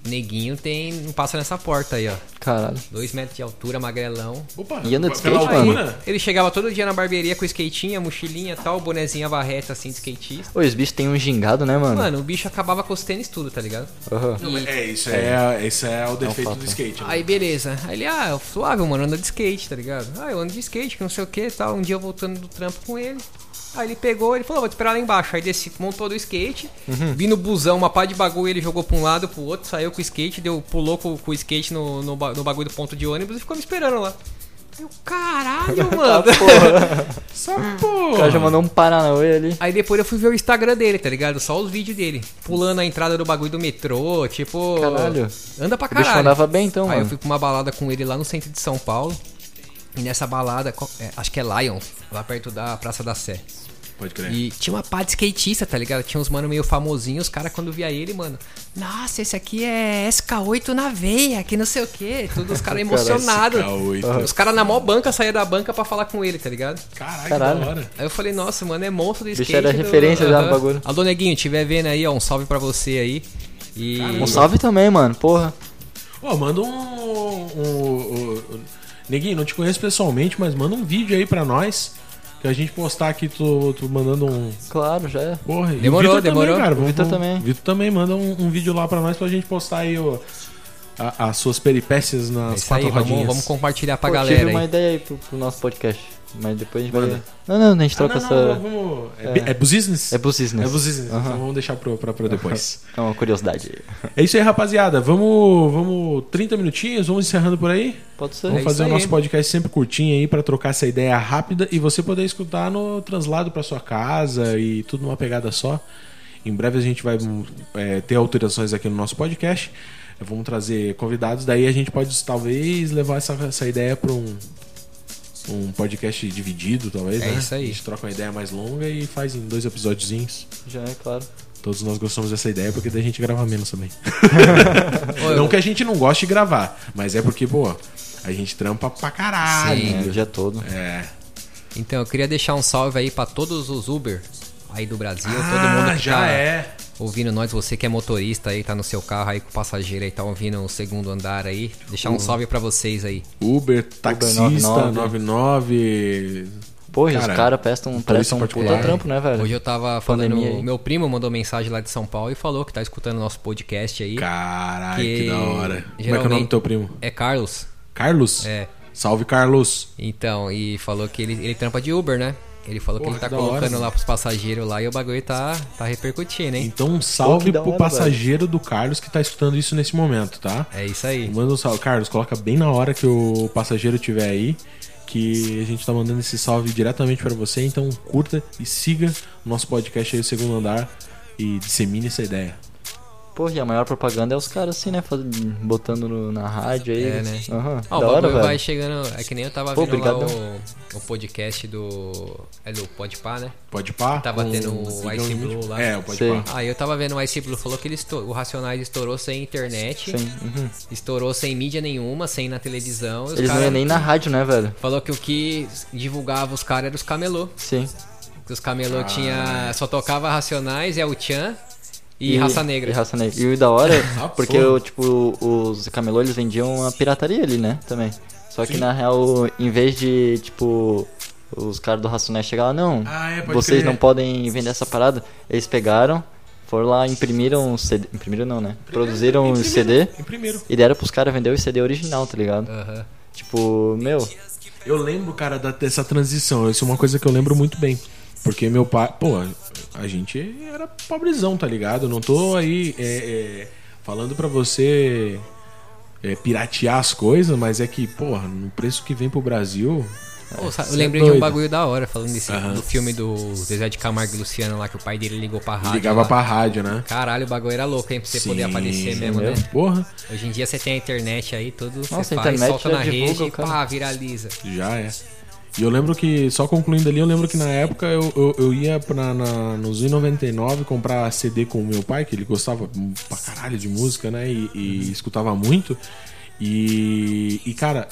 Speaker 4: Neguinho tem. não passa nessa porta aí, ó.
Speaker 3: Caralho.
Speaker 4: Dois metros de altura, magrelão.
Speaker 2: Opa,
Speaker 3: E anda de
Speaker 2: pela
Speaker 3: skate,
Speaker 2: altura?
Speaker 4: Ele chegava todo dia na barbearia com skatinha, mochilinha e tal, bonezinha varreta assim de skatista.
Speaker 3: Ô, os bichos tem um gingado, né, mano?
Speaker 4: Mano, o bicho acabava com os tênis tudo, tá ligado?
Speaker 3: Aham.
Speaker 2: Não, mas É, isso é, isso é o defeito
Speaker 3: um fato.
Speaker 2: do skate. né?
Speaker 4: Aí beleza. Aí ele, ah, o Flávio, mano, anda de skate, tá ligado? Ah, eu ando de skate, que não sei o que e tal. Um dia eu voltando do trampo com ele. Aí ele pegou, ele falou, "Ah, vou te esperar lá embaixo. Aí desci, montou do skate, vi no busão, uma pá de bagulho, ele jogou pra um lado, pro outro, saiu com o skate, deu, pulou com, com o skate no, no, ba- no bagulho do ponto de ônibus e ficou me esperando lá. Eu, caralho, mano.
Speaker 3: Tá
Speaker 2: Só,
Speaker 3: Ah, O cara já
Speaker 2: pô.
Speaker 3: mandou um Paranauê ali.
Speaker 4: Aí depois eu fui ver o Instagram dele, tá ligado? Só os vídeos dele. Pulando a entrada do bagulho do metrô, tipo.
Speaker 3: Caralho.
Speaker 4: Anda pra
Speaker 3: O bicho
Speaker 4: caralho.
Speaker 3: andava bem então,
Speaker 4: Aí eu
Speaker 3: mano.
Speaker 4: fui pra uma balada com ele lá no centro de São Paulo. E nessa balada, qual- é, acho que é Lion, lá perto da Praça da Sé.
Speaker 2: Pode crer.
Speaker 4: E tinha uma pá de skatista, tá ligado? Tinha uns mano meio famosinhos, os caras quando via ele, mano, nossa, esse aqui é SK8 na veia, que não sei o quê. Todos os caras emocionados.
Speaker 2: SK8.
Speaker 4: Os caras na mó banca saíam da banca pra falar com ele, tá ligado?
Speaker 2: Caralho,
Speaker 3: Caralho.
Speaker 2: que da hora.
Speaker 4: Aí eu falei, nossa, mano, é monstro do skate.
Speaker 3: era
Speaker 4: do-
Speaker 3: referência já no
Speaker 4: Aham.
Speaker 3: bagulho.
Speaker 4: Alô, Neguinho, tiver vendo aí, ó, um salve pra você aí. E... é
Speaker 3: Um salve também, mano. Porra.
Speaker 2: Ô, manda um, um- um- Neguinho, não te conheço pessoalmente, mas manda um vídeo aí pra nós. Que a gente postar aqui, tu, tu mandando um.
Speaker 3: Claro, já é.
Speaker 2: Porra, e o
Speaker 4: Demorou,
Speaker 2: Vitor
Speaker 4: demorou.
Speaker 2: Também, cara. Vamos-
Speaker 3: Vitor
Speaker 2: vamos-
Speaker 3: também.
Speaker 2: Vitor também, manda um, um vídeo lá pra nós pra gente postar aí o- a- as suas peripécias
Speaker 4: É
Speaker 2: nas
Speaker 4: isso aí,
Speaker 2: quatro rodinhas. Ah,
Speaker 4: vamos, vamos compartilhar pra
Speaker 3: Pô,
Speaker 4: galera
Speaker 3: tive uma
Speaker 4: aí.
Speaker 3: ideia aí pro, pro nosso podcast. Mas depois a gente
Speaker 2: Manda.
Speaker 3: vai. Não, não, a gente
Speaker 2: Ah,
Speaker 3: troca
Speaker 2: não,
Speaker 3: essa.
Speaker 2: não, vamos- É, bi- é business?
Speaker 3: É business.
Speaker 2: É business. Então vamos deixar pro- pra, pra depois.
Speaker 3: É uma curiosidade.
Speaker 2: é isso aí, rapaziada. Vamos, vamos 30 minutinhos, vamos encerrando por aí.
Speaker 3: Pode ser.
Speaker 2: Vamos
Speaker 4: É
Speaker 2: fazer
Speaker 4: isso
Speaker 2: o nosso
Speaker 4: aí.
Speaker 2: podcast sempre curtinho aí pra trocar essa ideia rápida e você poder escutar no translado pra sua casa e tudo numa pegada só. Em breve a gente vai hum, é, ter alterações aqui no nosso podcast. Vamos trazer convidados, daí a gente pode talvez levar essa, essa ideia pra um, um podcast dividido, talvez.
Speaker 4: É
Speaker 2: né?
Speaker 4: isso aí.
Speaker 2: A gente troca uma ideia mais longa e faz em dois episódiozinhos.
Speaker 3: Já é claro.
Speaker 2: Todos nós gostamos dessa ideia porque daí a gente grava menos também.
Speaker 4: Ô, eu-
Speaker 2: Não que a gente não goste de gravar, mas é porque, pô, a gente trampa pra caralho.
Speaker 4: Sim.
Speaker 3: É, o dia todo.
Speaker 2: É.
Speaker 4: Então, eu queria deixar um salve aí pra todos os Uber aí do Brasil, todo
Speaker 2: Ah,
Speaker 4: mundo que
Speaker 2: já
Speaker 4: tá
Speaker 2: é.
Speaker 4: ouvindo nós, você que é motorista aí, tá no seu carro aí com passageiro aí, tá ouvindo o segundo andar aí. Deixar um salve pra vocês aí.
Speaker 2: Uber, taxista,
Speaker 3: 99.
Speaker 2: 99.
Speaker 3: Porra,
Speaker 2: Cara,
Speaker 3: os caras prestam, prestam um
Speaker 2: particular.
Speaker 3: puta trampo, né, velho?
Speaker 4: Hoje eu tava
Speaker 3: Pandemia
Speaker 4: falando,
Speaker 3: aí.
Speaker 4: meu primo mandou mensagem lá de São Paulo e falou que tá escutando nosso podcast aí.
Speaker 2: Caralho, que,
Speaker 4: Que
Speaker 2: da hora. Como é que é o nome
Speaker 4: geralmente-
Speaker 2: do teu primo?
Speaker 4: É Carlos.
Speaker 2: Carlos?
Speaker 4: É.
Speaker 2: Salve, Carlos.
Speaker 4: Então, e falou que ele, ele trampa de Uber, né? Ele falou
Speaker 2: Porra,
Speaker 4: que
Speaker 2: que
Speaker 4: ele tá
Speaker 2: da hora,
Speaker 4: colocando
Speaker 2: mano.
Speaker 4: lá pros passageiros lá e o bagulho tá, tá repercutindo, hein?
Speaker 2: Então, um salve
Speaker 3: que da
Speaker 2: pro
Speaker 3: hora,
Speaker 2: passageiro do Carlos que tá escutando isso nesse momento, tá?
Speaker 4: É isso aí.
Speaker 2: Manda um salve. Carlos, coloca bem na hora que o passageiro tiver aí. Que a gente tá mandando esse salve diretamente pra você. Então curta e siga o nosso podcast aí, o segundo andar. E dissemine essa ideia.
Speaker 3: Porra, e a maior propaganda é os caras assim, né? faz- Botando no- na rádio aí.
Speaker 4: É, né?
Speaker 3: Aham.
Speaker 4: Ó, o
Speaker 3: da hora,
Speaker 4: bagulho
Speaker 3: velho.
Speaker 4: vai chegando. É que nem eu tava
Speaker 3: Pô,
Speaker 4: vendo lá
Speaker 3: brigadão.
Speaker 4: o, o podcast do. É do Podpah, né?
Speaker 2: Pode pá.
Speaker 4: Tava
Speaker 2: com-
Speaker 4: tendo o
Speaker 2: com-
Speaker 4: Ice Blue lá.
Speaker 2: É, o pode
Speaker 3: Sei.
Speaker 2: pá.
Speaker 4: Aí eu tava vendo o Ice Blue falou que ele esto- o Racionais estourou sem internet,
Speaker 3: Sim, uhum.
Speaker 4: estourou sem mídia nenhuma, sem na televisão. e os
Speaker 3: Eles não
Speaker 4: cara
Speaker 3: iam nem na rádio, né, velho?
Speaker 4: Falou que o que divulgava os caras era os camelô.
Speaker 3: Sim.
Speaker 4: Que os camelô tinha. Só tocava Racionais, é o Tchan e, Raça Negra.
Speaker 3: Ah. E raça negra. E o da hora,
Speaker 2: Ah,
Speaker 3: porque
Speaker 2: porra.
Speaker 3: o, tipo, os camelô eles vendiam a pirataria ali, né? Também. Só que na real, em vez de, tipo, os caras do Racionais chegar lá, não,
Speaker 2: Ah, é, pode
Speaker 3: vocês
Speaker 2: crer.
Speaker 3: não podem vender essa parada, eles pegaram, foram lá, imprimiram o CD. Imprimiram não, né? Produziram o CD
Speaker 2: Em primeiro.
Speaker 3: e deram pros caras vender o CD original, tá ligado?
Speaker 4: Aham.
Speaker 3: Tipo, meu,
Speaker 2: Eu lembro, cara, da- dessa transição. Isso é uma coisa que eu lembro muito bem. Porque meu pai. Pô, a gente era pobrezão, tá ligado? Eu Não tô aí é, é, falando pra você é, piratear as coisas, mas é que, porra, no preço que vem pro Brasil.
Speaker 3: Tá,
Speaker 4: Pô, sabe,
Speaker 2: cê
Speaker 4: eu
Speaker 2: é
Speaker 4: lembrei de
Speaker 2: doido.
Speaker 4: um bagulho da hora, falando desse,
Speaker 2: Aham.
Speaker 4: do filme do Zezé de Camargo e Luciano lá, que o pai dele ligou pra rádio.
Speaker 2: ligava
Speaker 4: lá.
Speaker 2: pra rádio, né?
Speaker 4: Caralho, o bagulho era louco, hein? Pra você poder
Speaker 2: Sim,
Speaker 4: aparecer mesmo,
Speaker 3: entendeu?
Speaker 4: né?
Speaker 2: Porra,
Speaker 4: Hoje em dia você tem a internet aí, tudo. você
Speaker 3: Nossa, a
Speaker 4: faz,
Speaker 3: internet
Speaker 4: solta
Speaker 3: já
Speaker 4: na
Speaker 3: divulga
Speaker 4: rede
Speaker 3: o
Speaker 4: e
Speaker 3: cara.
Speaker 4: pá, viraliza.
Speaker 2: já é. E eu lembro que, só concluindo ali, eu lembro que na época eu, eu, eu ia pra, na, nos 1,99 comprar CD com o meu pai, que ele gostava pra caralho de música, né? E, e escutava muito. E, e, cara,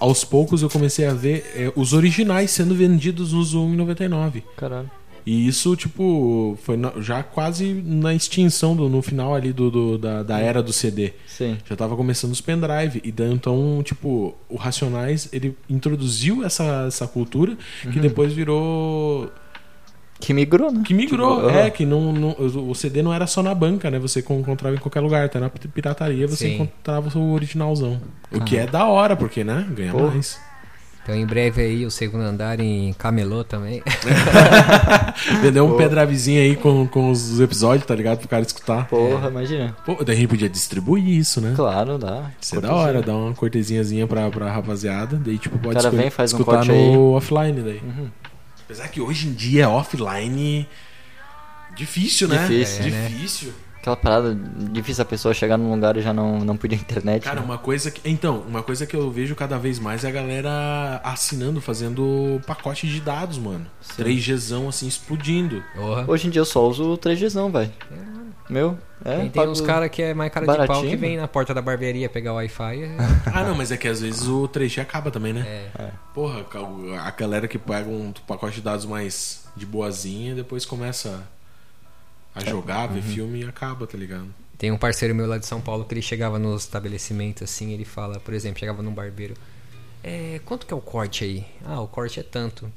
Speaker 2: aos poucos eu comecei a ver eh, os originais sendo vendidos nos 1,99.
Speaker 3: caralho.
Speaker 2: E isso, tipo, foi na- já quase na extinção, do, no final ali do, do- da, da era do CD.
Speaker 3: Sim.
Speaker 2: Já tava começando os pendrive. E daí, então, tipo, o Racionais, ele introduziu essa, essa cultura que
Speaker 3: Uhum.
Speaker 2: depois virou.
Speaker 3: Que migrou, né?
Speaker 2: Que migrou.
Speaker 3: Tipo,
Speaker 2: é,
Speaker 3: aham.
Speaker 2: que não, não- o CD não era só na banca, né? Você con- encontrava em qualquer lugar. Até na pirataria você
Speaker 4: Sim.
Speaker 2: encontrava o originalzão. O que é da hora, porque, né? Ganha
Speaker 3: Porra.
Speaker 2: mais.
Speaker 4: Então em breve aí o segundo andar em Camelô também.
Speaker 2: Vendeu um pendrivezinho aí com, com os episódios, tá ligado? Pro cara escutar.
Speaker 3: Porra, imagina.
Speaker 2: Pô, daí a gente podia distribuir isso, né?
Speaker 3: Claro, dá.
Speaker 2: Isso é da hora, dá uma cortesinhazinha pra, pra rapaziada. Daí, tipo, pode
Speaker 3: cara
Speaker 2: escu-
Speaker 3: vem, faz um
Speaker 2: escutar
Speaker 3: corte
Speaker 2: no
Speaker 3: aí. Uhum.
Speaker 2: offline daí. Apesar que hoje em dia offline. Difícil, né?
Speaker 3: Difícil. né?
Speaker 2: É, Difícil.
Speaker 3: Aquela parada difícil a pessoa chegar num lugar e já não, não pedir internet.
Speaker 2: Cara,
Speaker 3: né?
Speaker 2: uma coisa que. Então, uma coisa que eu vejo cada vez mais é a galera assinando, fazendo pacote de dados, mano. 3Gzão assim explodindo.
Speaker 4: Porra.
Speaker 3: Hoje em dia eu só uso o 3Gzão, velho. Meu, é.
Speaker 4: Tem, tem
Speaker 3: pago-
Speaker 4: uns caras que é mais cara de pau
Speaker 3: baratinho.
Speaker 4: que vem na porta da barbearia pegar o Wi-Fi. é-
Speaker 2: Ah, não, mas é que às vezes o 3G acaba também, né?
Speaker 4: É.
Speaker 2: Porra, ca- a galera que paga um pacote de dados mais de boazinha, depois começa a jogar, ver
Speaker 4: Uhum.
Speaker 2: filme e acaba, tá ligado?
Speaker 4: Tem um parceiro meu lá de São Paulo que ele chegava nos estabelecimentos assim, ele fala, por exemplo, chegava num barbeiro. É, quanto que é o corte aí? Ah, o corte é tanto.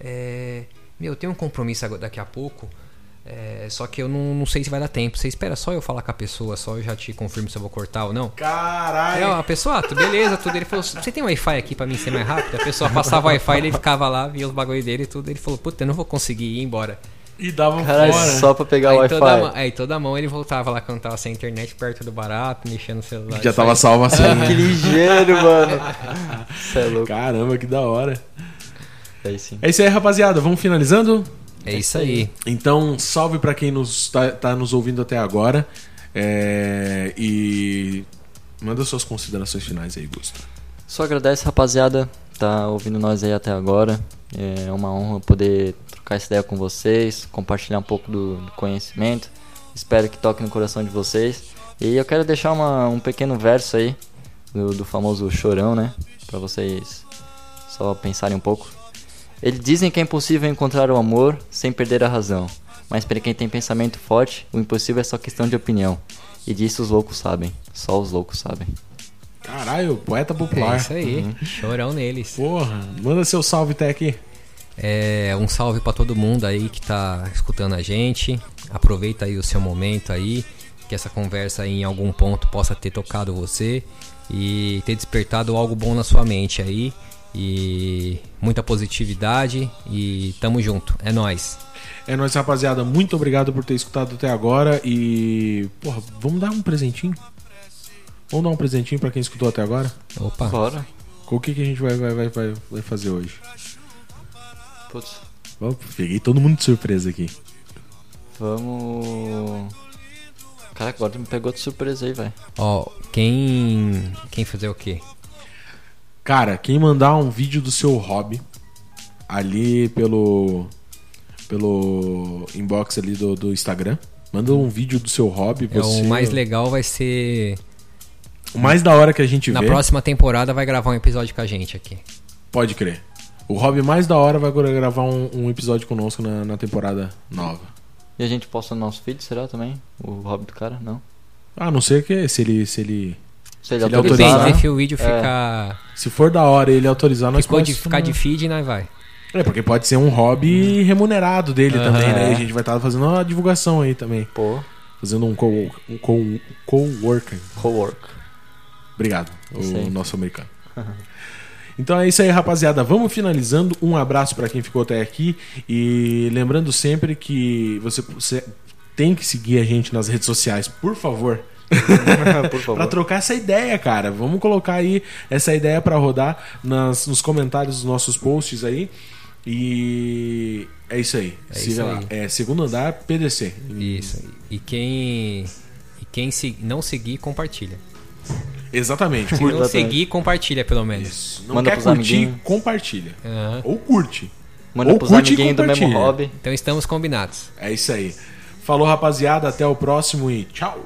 Speaker 4: É, meu, eu tenho um compromisso agora- daqui a pouco. é, só que eu não, não sei se vai dar tempo. Você espera só eu falar com a pessoa, só eu já te confirmo se eu vou cortar ou não. Aí,
Speaker 2: Caralho!
Speaker 4: ó, a pessoa, ah, tu- beleza, tudo. Ele falou, você tem Wi-Fi aqui pra mim ser mais rápido? A pessoa passava o Wi-Fi, ele ficava lá, via os bagulho dele e tudo. Ele falou, puta, eu não vou conseguir ir embora.
Speaker 2: E dava um
Speaker 3: Caralho,
Speaker 2: fora.
Speaker 3: é só pra pegar o
Speaker 4: Aí toda, mão,
Speaker 3: Wi-Fi.
Speaker 4: aí toda mão ele voltava lá quando tava sem internet, perto do barato, mexendo no celular.
Speaker 2: Já
Speaker 4: Isso
Speaker 2: tava
Speaker 4: aí.
Speaker 2: salvo assim.
Speaker 3: Que ligeiro, mano. Isso é louco.
Speaker 2: Caramba, que da hora.
Speaker 3: É isso.
Speaker 2: É isso aí, rapaziada. Vamos finalizando?
Speaker 4: É isso aí.
Speaker 2: Então, salve pra quem nos tá, tá nos ouvindo até agora. É, e manda suas considerações finais aí, Gusto.
Speaker 3: Só agradece, rapaziada, tá ouvindo nós aí até agora. É uma honra poder trocar essa ideia com vocês, compartilhar um pouco do, do conhecimento. Espero que toque no coração de vocês. E eu quero deixar uma- um pequeno verso aí do, do famoso chorão, né? Pra vocês só pensarem um pouco. Eles dizem que é impossível encontrar o amor sem perder a razão. Mas para quem tem pensamento forte, o impossível é só questão de opinião. E disso os loucos sabem. Só os loucos sabem.
Speaker 2: Caralho, poeta
Speaker 4: É
Speaker 2: popular.
Speaker 4: isso aí. Chorão neles.
Speaker 2: Porra, manda seu salve até aqui.
Speaker 4: É, um salve pra todo mundo aí que tá escutando a gente. Aproveita aí o seu momento aí, que essa conversa aí em algum ponto possa ter tocado você e ter despertado algo bom na sua mente aí. E muita positividade e tamo junto. É nóis.
Speaker 2: É nóis, rapaziada. Muito obrigado por ter escutado até agora. E, porra, vamos dar um presentinho? Vamos dar um presentinho pra quem escutou até agora?
Speaker 4: Opa.
Speaker 3: Bora.
Speaker 2: O que, que a gente vai, vai, vai, vai- vai fazer hoje?
Speaker 3: Putz.
Speaker 2: Ó, Peguei todo mundo de surpresa aqui.
Speaker 3: Vamos. Caraca, agora tu me pegou de surpresa aí, velho.
Speaker 4: Ó, quem quem fazer o quê?
Speaker 2: Cara, quem mandar um vídeo do seu hobby ali pelo pelo inbox ali do, do Instagram, manda um vídeo do seu hobby.
Speaker 4: É,
Speaker 2: você-
Speaker 4: o mais legal vai ser
Speaker 2: o mais da hora que a gente
Speaker 4: na
Speaker 2: vê,
Speaker 4: próxima temporada vai gravar um episódio com a gente aqui.
Speaker 2: Então pode crer. O hobby mais da hora vai agora gravar um, um episódio conosco na, na temporada nova.
Speaker 3: E a gente posta no nosso feed, será também? O hobby do cara? Não. A
Speaker 2: A não ser que se ele se ele
Speaker 3: Se ele
Speaker 2: Se ele
Speaker 3: autorizar.
Speaker 2: autorizar,
Speaker 4: Depende
Speaker 2: né?
Speaker 4: se é o vídeo fica
Speaker 2: se for da hora e ele autorizar nós né?
Speaker 4: ficou de
Speaker 2: podemos
Speaker 4: ficar de feed, nós vai.
Speaker 2: É, porque pode ser um hobby remunerado dele
Speaker 4: Aham.
Speaker 2: também, né? E a gente vai estar fazendo uma divulgação aí também,
Speaker 3: Pô,
Speaker 2: fazendo um co um co- co-working.
Speaker 3: co-work.
Speaker 2: Obrigado,
Speaker 3: Isso aí.
Speaker 2: o nosso americano. Então é isso aí, rapaziada. Vamos finalizando. Um abraço pra quem ficou até aqui e lembrando sempre que você, você tem que seguir a gente nas redes sociais, por favor.
Speaker 3: Por
Speaker 2: Pra
Speaker 3: favor.
Speaker 2: trocar essa ideia, cara. Vamos colocar aí essa ideia pra rodar nas, nos comentários dos nossos posts aí. E é isso aí.
Speaker 4: É
Speaker 2: Siga
Speaker 4: isso
Speaker 2: lá.
Speaker 4: aí.
Speaker 2: É segundo andar PDC.
Speaker 4: Isso. E quem e quem se, não seguir compartilha.
Speaker 2: Exatamente.
Speaker 4: Se
Speaker 2: Curte.
Speaker 4: não
Speaker 3: Exatamente.
Speaker 4: seguir compartilha pelo menos.
Speaker 2: Isso. Não
Speaker 3: Manda
Speaker 2: quer
Speaker 3: pros
Speaker 2: curtir,
Speaker 3: amiguinhos.
Speaker 2: compartilha.
Speaker 4: Aham.
Speaker 2: Ou curte.
Speaker 3: Manda
Speaker 2: Ou
Speaker 3: pros
Speaker 2: curte e
Speaker 3: amiguinhos do mesmo
Speaker 2: compartilha.
Speaker 3: hobby.
Speaker 4: Então estamos combinados.
Speaker 2: É isso aí. Falou, rapaziada. Até o próximo e tchau.